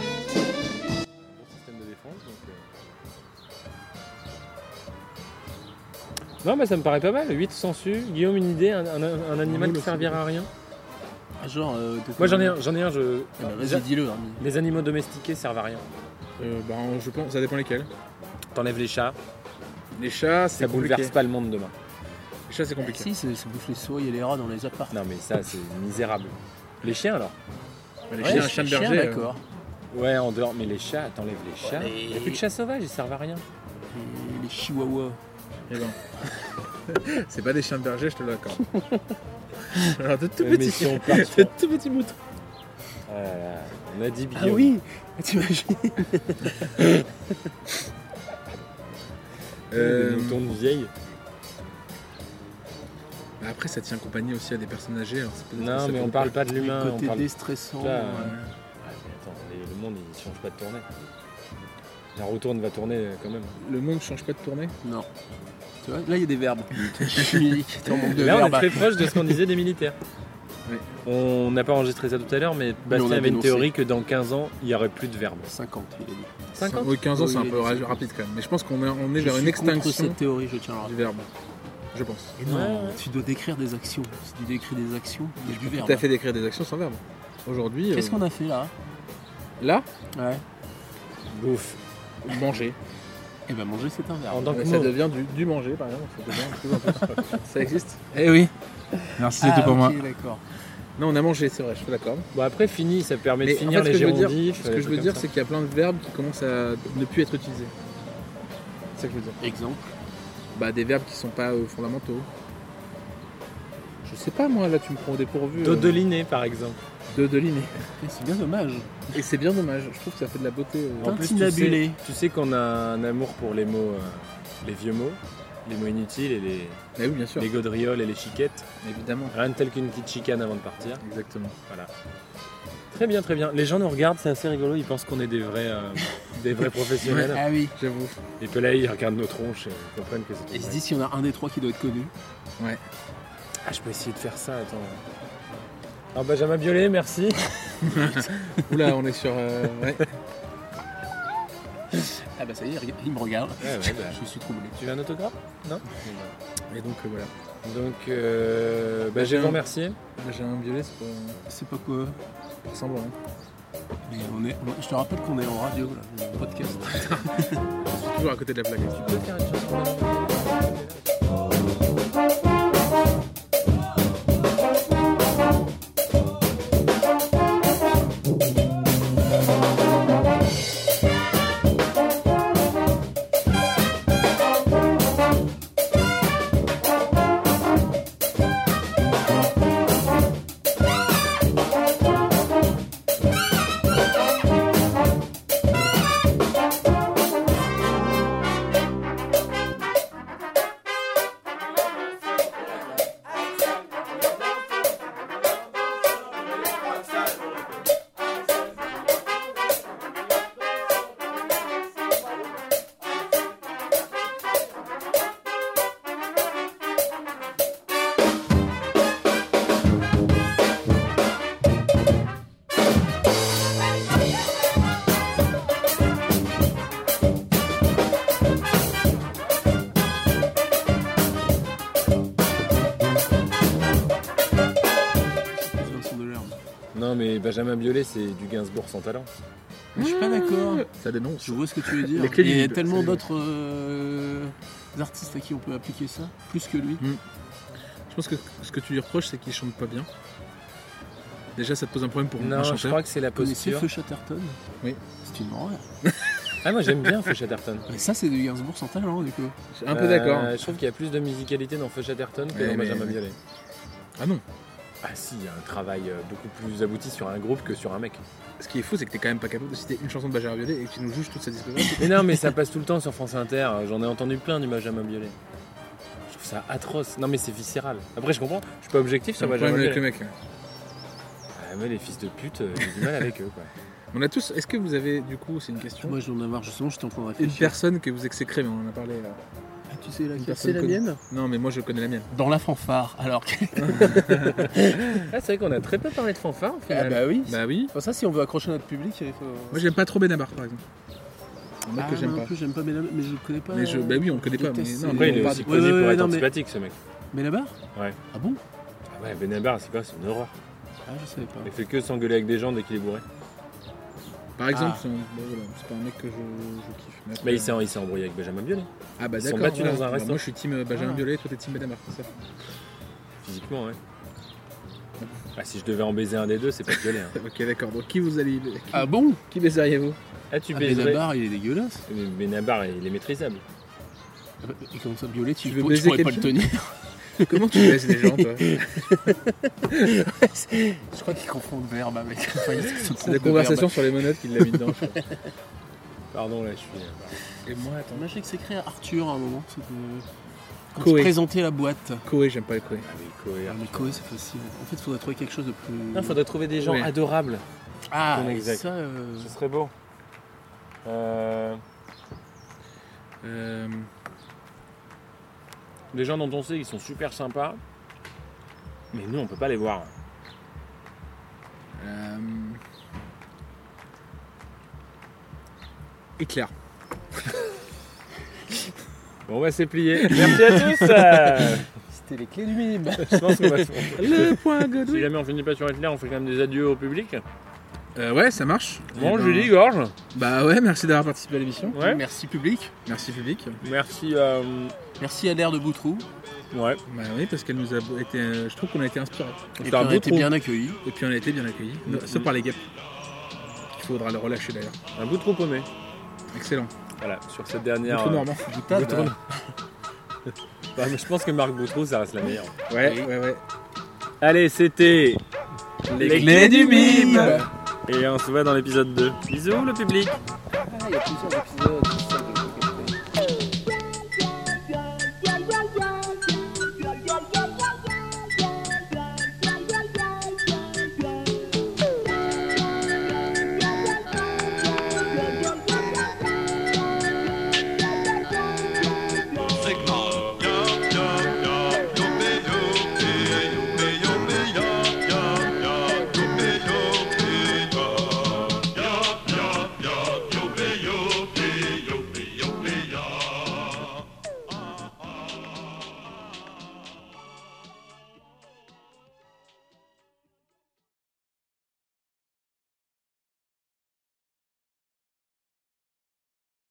[SPEAKER 1] Système de défense. euh. Non, mais ça me paraît pas mal. 8 sangsues. Guillaume, une idée, un, un- un animal qui servira à rien.
[SPEAKER 4] Ah, Genre. euh, de-
[SPEAKER 1] Moi, j'en ai un. J'en ai un. Je...
[SPEAKER 4] Eh ben, Vas-y, dis-le. hein, mais-
[SPEAKER 1] Les animaux domestiqués servent à rien.
[SPEAKER 2] Euh, bah, je pense, ça dépend lesquels.
[SPEAKER 1] T'enlèves les chats,
[SPEAKER 2] Les chats, c'est
[SPEAKER 1] ça bouleverse
[SPEAKER 2] compliqué.
[SPEAKER 1] pas le monde demain.
[SPEAKER 2] Les chats, c'est
[SPEAKER 4] Ah,
[SPEAKER 2] compliqué.
[SPEAKER 4] Si, c'est- ça bouffe les souris et les rats dans les apparts.
[SPEAKER 1] Non, mais ça, c'est misérable. Les chiens alors
[SPEAKER 2] les
[SPEAKER 4] Ouais,
[SPEAKER 2] chiens, un chien de berger. euh,
[SPEAKER 4] d'accord.
[SPEAKER 1] Ouais, en dehors, mais les chats, t'enlèves les chats.
[SPEAKER 4] mais-
[SPEAKER 1] Il n'y a plus de chats sauvages, ils servent à rien.
[SPEAKER 4] Et les chihuahuas.
[SPEAKER 2] eh ben. c'est pas des chiens de berger, je te l'accorde. Alors, de tout
[SPEAKER 1] Euh, mais
[SPEAKER 2] petits.
[SPEAKER 1] si on part sur-
[SPEAKER 2] de tout petits moutons.
[SPEAKER 1] Ah là là, on a dit Guillaume.
[SPEAKER 4] Ah oui T'imagines
[SPEAKER 1] Des
[SPEAKER 2] Euh,
[SPEAKER 1] moutons de vieille.
[SPEAKER 2] bah, après, ça tient compagnie aussi à des personnes âgées. alors c'est peut-être que
[SPEAKER 1] Non,
[SPEAKER 2] ça
[SPEAKER 1] mais on
[SPEAKER 2] peut-
[SPEAKER 1] parle pas de
[SPEAKER 4] Le
[SPEAKER 1] l'humain.
[SPEAKER 4] côté
[SPEAKER 1] on parle-
[SPEAKER 4] déstressant.
[SPEAKER 1] Là,
[SPEAKER 4] ouais.
[SPEAKER 1] euh, Ah, mais attends, les- le monde, il change pas de tournée. La retourne va tourner euh, quand même.
[SPEAKER 2] Le monde change pas de tournée.
[SPEAKER 4] Non. Tu vois, là, il y a des verbes. Je suis t'es en manque de
[SPEAKER 1] Là, on est
[SPEAKER 4] verbes.
[SPEAKER 1] très proche de ce qu'on disait des militaires.
[SPEAKER 2] Oui.
[SPEAKER 1] On n'a pas enregistré ça tout à l'heure, mais Bastien
[SPEAKER 4] on a
[SPEAKER 1] avait une
[SPEAKER 4] dénoncé.
[SPEAKER 1] théorie que dans 15 ans, il n'y aurait plus de verbes.
[SPEAKER 4] 50, il a dit.
[SPEAKER 2] Oui, 15 ans,
[SPEAKER 4] Oui,
[SPEAKER 2] c'est un
[SPEAKER 4] il
[SPEAKER 2] peu
[SPEAKER 4] est
[SPEAKER 2] ra-
[SPEAKER 4] dit.
[SPEAKER 2] rapide quand même. Mais je pense qu'on est, on est
[SPEAKER 4] Je
[SPEAKER 2] vers une
[SPEAKER 4] suis contre
[SPEAKER 2] extinction
[SPEAKER 4] cette théorie, je tiens à le
[SPEAKER 2] du
[SPEAKER 4] rappeler.
[SPEAKER 2] verbe. Je pense.
[SPEAKER 4] Et non,
[SPEAKER 1] Ouais, ouais.
[SPEAKER 4] tu dois décrire des actions. Si tu décris des actions, il y a du verbe.
[SPEAKER 2] Tout à fait décrire des actions sans verbe. Aujourd'hui,
[SPEAKER 4] Qu'est-ce
[SPEAKER 2] euh,
[SPEAKER 4] qu'on a fait là
[SPEAKER 2] là,
[SPEAKER 4] Ouais.
[SPEAKER 1] Bouffe.
[SPEAKER 2] manger.
[SPEAKER 4] Eh ben manger, c'est un verbe.
[SPEAKER 1] En tant que
[SPEAKER 2] Mais Eh ça
[SPEAKER 1] mot.
[SPEAKER 2] devient du, du manger, par exemple. Ça, devient de plus en plus. Ça existe
[SPEAKER 4] Eh oui.
[SPEAKER 2] Merci,
[SPEAKER 4] Ah, ok, d'accord.
[SPEAKER 2] Non, on a mangé, c'est vrai, je suis d'accord.
[SPEAKER 1] Bon, après, fini, ça permet de
[SPEAKER 2] en
[SPEAKER 1] finir les
[SPEAKER 2] fait, ce que je veux dire-
[SPEAKER 1] gérondifs.
[SPEAKER 2] ce que
[SPEAKER 1] les
[SPEAKER 2] je
[SPEAKER 1] trucs
[SPEAKER 2] veux
[SPEAKER 1] comme
[SPEAKER 2] dire,
[SPEAKER 1] ça.
[SPEAKER 2] c'est qu'il y a plein de verbes qui commencent à ne plus être utilisés. C'est ça que je veux dire.
[SPEAKER 4] Exemple.
[SPEAKER 2] Bah, des verbes qui sont pas euh, fondamentaux. Je sais pas, moi, là, tu me prends au dépourvu. euh,
[SPEAKER 1] Dodeliné, par exemple.
[SPEAKER 2] Dodeliné.
[SPEAKER 4] Eh, C'est bien dommage.
[SPEAKER 2] Et c'est bien dommage, je trouve que ça fait de la beauté. euh.
[SPEAKER 1] En plus, tu
[SPEAKER 4] Tintinabulé.
[SPEAKER 1] sais, tu sais qu'on a un amour pour les mots, euh, les vieux mots, les mots inutiles et les,
[SPEAKER 2] Bah oui, bien sûr.
[SPEAKER 1] les gaudrioles et les chiquettes.
[SPEAKER 2] Évidemment.
[SPEAKER 1] Rien de tel qu'une petite chicane avant de partir.
[SPEAKER 2] Exactement.
[SPEAKER 1] Très bien, très bien. Les gens nous regardent, c'est assez rigolo. Ils pensent qu'on est des vrais, euh, des vrais professionnels.
[SPEAKER 4] Ah oui.
[SPEAKER 2] J'avoue.
[SPEAKER 1] Et puis là, ils regardent nos tronches et ils comprennent que c'est
[SPEAKER 4] Et
[SPEAKER 1] tout
[SPEAKER 4] se
[SPEAKER 1] vrai.
[SPEAKER 4] disent s'il y en a un des trois qui doit être connu.
[SPEAKER 1] Ah, je peux essayer de faire ça, attends. Alors, Benjamin Biolay, merci.
[SPEAKER 2] Oula, on est sur. euh, ouais.
[SPEAKER 4] Ah bah ça y est, il me regarde.
[SPEAKER 1] Ouais, ouais, bah.
[SPEAKER 4] Je suis troublé.
[SPEAKER 1] Tu veux un autographe
[SPEAKER 2] Et donc, euh, voilà.
[SPEAKER 1] Donc, euh, bah, je vais vous remercier.
[SPEAKER 2] Là, J'ai un violet, c'est pas,
[SPEAKER 4] C'est pas quoi.
[SPEAKER 2] pas semblant. hein.
[SPEAKER 4] Mais on est, on- je te rappelle qu'on est en radio, là, en podcast.
[SPEAKER 2] Je suis toujours à côté de la plaque.
[SPEAKER 1] Benjamin Biolay, c'est du Gainsbourg sans talent.
[SPEAKER 4] Mais je suis pas d'accord.
[SPEAKER 2] Ça dénonce.
[SPEAKER 4] Je vois ce que tu veux dire.
[SPEAKER 2] Les clés
[SPEAKER 4] Il y a
[SPEAKER 2] libres,
[SPEAKER 4] tellement
[SPEAKER 2] c'est les
[SPEAKER 4] d'autres euh, artistes à qui on peut appliquer ça, plus que lui.
[SPEAKER 2] Je pense que ce que tu lui reproches, c'est qu'il chante pas bien. Déjà, ça te pose un problème pour un
[SPEAKER 1] Non, je
[SPEAKER 2] chanteur.
[SPEAKER 1] crois que c'est la
[SPEAKER 4] Vous Connaissez
[SPEAKER 1] posture.
[SPEAKER 4] Feu Chatterton
[SPEAKER 2] Oui.
[SPEAKER 4] C'est une horreur.
[SPEAKER 1] Ah, moi j'aime bien Feu Chatterton.
[SPEAKER 4] Mais ça, c'est de Gainsbourg sans talent, du coup.
[SPEAKER 2] Je suis un peu d'accord.
[SPEAKER 1] Euh, je trouve qu'il y a plus de musicalité dans Feu Chatterton que
[SPEAKER 2] Ouais,
[SPEAKER 1] dans
[SPEAKER 2] mais-
[SPEAKER 1] Benjamin Biolay.
[SPEAKER 2] Ah non.
[SPEAKER 1] Eh Ah si, il y a un travail euh, beaucoup plus abouti sur un groupe que sur un mec.
[SPEAKER 2] Ce qui est fou, c'est que t'es quand même pas capable de citer une chanson de Benjamin Biolay et que tu nous juges toute sa discographie.
[SPEAKER 1] Mais non, mais ça passe tout le temps sur France Inter. J'en ai entendu plein du Benjamin Biolay. Je trouve ça atroce. Non, mais c'est viscéral. Après, je comprends. Je suis pas objectif
[SPEAKER 2] C'est
[SPEAKER 1] sur
[SPEAKER 2] un
[SPEAKER 1] Benjamin
[SPEAKER 2] problème avec
[SPEAKER 1] Biolay.
[SPEAKER 2] le mec. hein.
[SPEAKER 1] Ah, mais les fils de pute, euh, j'ai du mal avec eux. Quoi.
[SPEAKER 2] On a tous. Est-ce que vous avez, du coup, c'est une question,
[SPEAKER 4] Moi, j'en ai marre, justement, j'étais en train de
[SPEAKER 2] une
[SPEAKER 4] réfléchir.
[SPEAKER 2] personne que vous exécrez, mais on en a parlé là.
[SPEAKER 4] Ah, tu sais laquelle
[SPEAKER 2] personne connue. Non, mais moi je connais la mienne.
[SPEAKER 4] Dans la fanfare, alors que.
[SPEAKER 1] Ah, c'est vrai qu'on a très peu parlé de fanfare.
[SPEAKER 4] Ah, bah oui.
[SPEAKER 2] Bah oui.
[SPEAKER 4] Enfin, ça, si on veut accrocher notre public, il faut.
[SPEAKER 2] Moi j'aime pas trop Benabar par exemple. Un mec
[SPEAKER 4] Ah,
[SPEAKER 2] que j'aime
[SPEAKER 4] moi non
[SPEAKER 2] pas.
[SPEAKER 4] plus, j'aime pas Benabar, mais je le connais pas.
[SPEAKER 2] Mais je, bah oui, on le connaît pas. Mais
[SPEAKER 4] déteste
[SPEAKER 2] non,
[SPEAKER 4] ces-
[SPEAKER 2] mais
[SPEAKER 1] Après,
[SPEAKER 2] on
[SPEAKER 1] il est
[SPEAKER 2] parle-
[SPEAKER 1] aussi
[SPEAKER 4] ouais,
[SPEAKER 1] connu
[SPEAKER 4] ouais,
[SPEAKER 1] pour
[SPEAKER 4] ouais,
[SPEAKER 1] être
[SPEAKER 4] non, mais-
[SPEAKER 1] antipathique, ce mec.
[SPEAKER 4] Benabar
[SPEAKER 1] Ouais.
[SPEAKER 4] Ah bon
[SPEAKER 1] Ah ouais, Benabar, c'est quoi C'est une horreur.
[SPEAKER 4] Ah, je savais pas.
[SPEAKER 1] Il fait que s'engueuler avec des gens dès qu'il est bourré.
[SPEAKER 2] Par exemple, c'est un- bah, voilà, c'est pas un mec que je, je kiffe. Mais
[SPEAKER 1] Ah.
[SPEAKER 2] après-
[SPEAKER 1] Mais il s'est il s'est embrouillé avec Benjamin Biolay.
[SPEAKER 2] Ah bah
[SPEAKER 1] Ils sont
[SPEAKER 2] d'accord.
[SPEAKER 1] battus
[SPEAKER 2] voilà.
[SPEAKER 1] dans un
[SPEAKER 2] Bah,
[SPEAKER 1] restaurant.
[SPEAKER 2] Moi je suis team euh, Benjamin
[SPEAKER 4] Ah.
[SPEAKER 2] Biolay, toi t'es team Benabar. c'est ça
[SPEAKER 1] Physiquement, ouais. Ah, si je devais en baiser un des deux, c'est pas Biolay. Hein.
[SPEAKER 2] Ok d'accord. Donc qui vous allez,
[SPEAKER 4] Ah bon
[SPEAKER 2] qui baiseriez-vous
[SPEAKER 1] Ah, tu
[SPEAKER 4] ah,
[SPEAKER 1] baiserais.
[SPEAKER 4] Benabar, il est dégueulasse.
[SPEAKER 1] Mais Benabar, il est maîtrisable.
[SPEAKER 4] Ah, bah, Et comme ça, Violet, tu,
[SPEAKER 2] Tu
[SPEAKER 4] tu,
[SPEAKER 2] veux
[SPEAKER 4] pourrais
[SPEAKER 2] baiser
[SPEAKER 4] pas le
[SPEAKER 2] quelqu'un
[SPEAKER 4] tenir.
[SPEAKER 2] Comment tu baises les gens toi
[SPEAKER 4] Je crois qu'il confond le verbe avec. enfin, il se trompe
[SPEAKER 2] C'est
[SPEAKER 4] de
[SPEAKER 2] la
[SPEAKER 4] verbe.
[SPEAKER 2] conversation sur les monotes qu'il l'a mis dedans. je crois.
[SPEAKER 1] Pardon, là, je suis. euh,
[SPEAKER 2] Et moi attends.
[SPEAKER 4] Moi, j'ai exécré à Arthur à un moment. C'était. Quand
[SPEAKER 2] Coé.
[SPEAKER 4] il présentait la boîte.
[SPEAKER 2] Koé, j'aime pas le Koé.
[SPEAKER 1] Ah, mais cohérent.
[SPEAKER 4] Ah, mais Coé, c'est facile. En fait, il faudrait trouver quelque chose de plus.
[SPEAKER 1] Il Ah, faudrait trouver des gens
[SPEAKER 2] Oui.
[SPEAKER 1] adorables.
[SPEAKER 4] Ah,
[SPEAKER 1] Bon exact.
[SPEAKER 4] ça. euh,
[SPEAKER 1] Ce serait beau. Euh,
[SPEAKER 2] Euh,
[SPEAKER 1] des gens dont on sait qu'ils sont super sympas. Mais nous, on peut pas les voir.
[SPEAKER 2] euh... Hitler.
[SPEAKER 1] Bon, bah, c'est plié. Merci à tous. euh,
[SPEAKER 4] C'était les clés du minimum.
[SPEAKER 1] je pense qu'on va.
[SPEAKER 2] Le point
[SPEAKER 1] Si
[SPEAKER 2] Godwin.
[SPEAKER 1] jamais on finit pas sur Hitler, on fait quand même des adieux au public.
[SPEAKER 2] Euh, ouais, ça marche.
[SPEAKER 1] Bon,
[SPEAKER 2] Eh ben,
[SPEAKER 1] Julie, Gorge.
[SPEAKER 2] Bah ouais, merci d'avoir participé à l'émission.
[SPEAKER 1] Ouais.
[SPEAKER 4] Merci, public.
[SPEAKER 2] Merci public.
[SPEAKER 1] Merci. euh,
[SPEAKER 4] Merci, Adair de Boutrou.
[SPEAKER 1] Ouais.
[SPEAKER 2] Bah oui, parce qu'elle nous a été. euh, je trouve qu'on a été inspirés.
[SPEAKER 1] fait un
[SPEAKER 4] Et puis, on
[SPEAKER 1] beau
[SPEAKER 4] a été
[SPEAKER 1] trou.
[SPEAKER 4] bien accueillis.
[SPEAKER 2] Et puis on a été bien accueillis.
[SPEAKER 1] Mhm.
[SPEAKER 2] Sauf par les guêpes. Il faudra le relâcher d'ailleurs.
[SPEAKER 1] Un bout trop paumé.
[SPEAKER 2] Excellent.
[SPEAKER 1] Voilà, sur cette
[SPEAKER 2] Le
[SPEAKER 1] dernière.
[SPEAKER 2] trou
[SPEAKER 1] euh,
[SPEAKER 2] normand.
[SPEAKER 1] Boutroux. Ouais, mais je pense que Marc Boutroux, ça reste la meilleure.
[SPEAKER 2] Ouais, ouais, ouais.
[SPEAKER 1] Allez, c'était
[SPEAKER 2] Les clés du mime.
[SPEAKER 1] Et on se voit dans l'épisode 2. Bisous, le public
[SPEAKER 4] Ah, il y a plusieurs épisodes.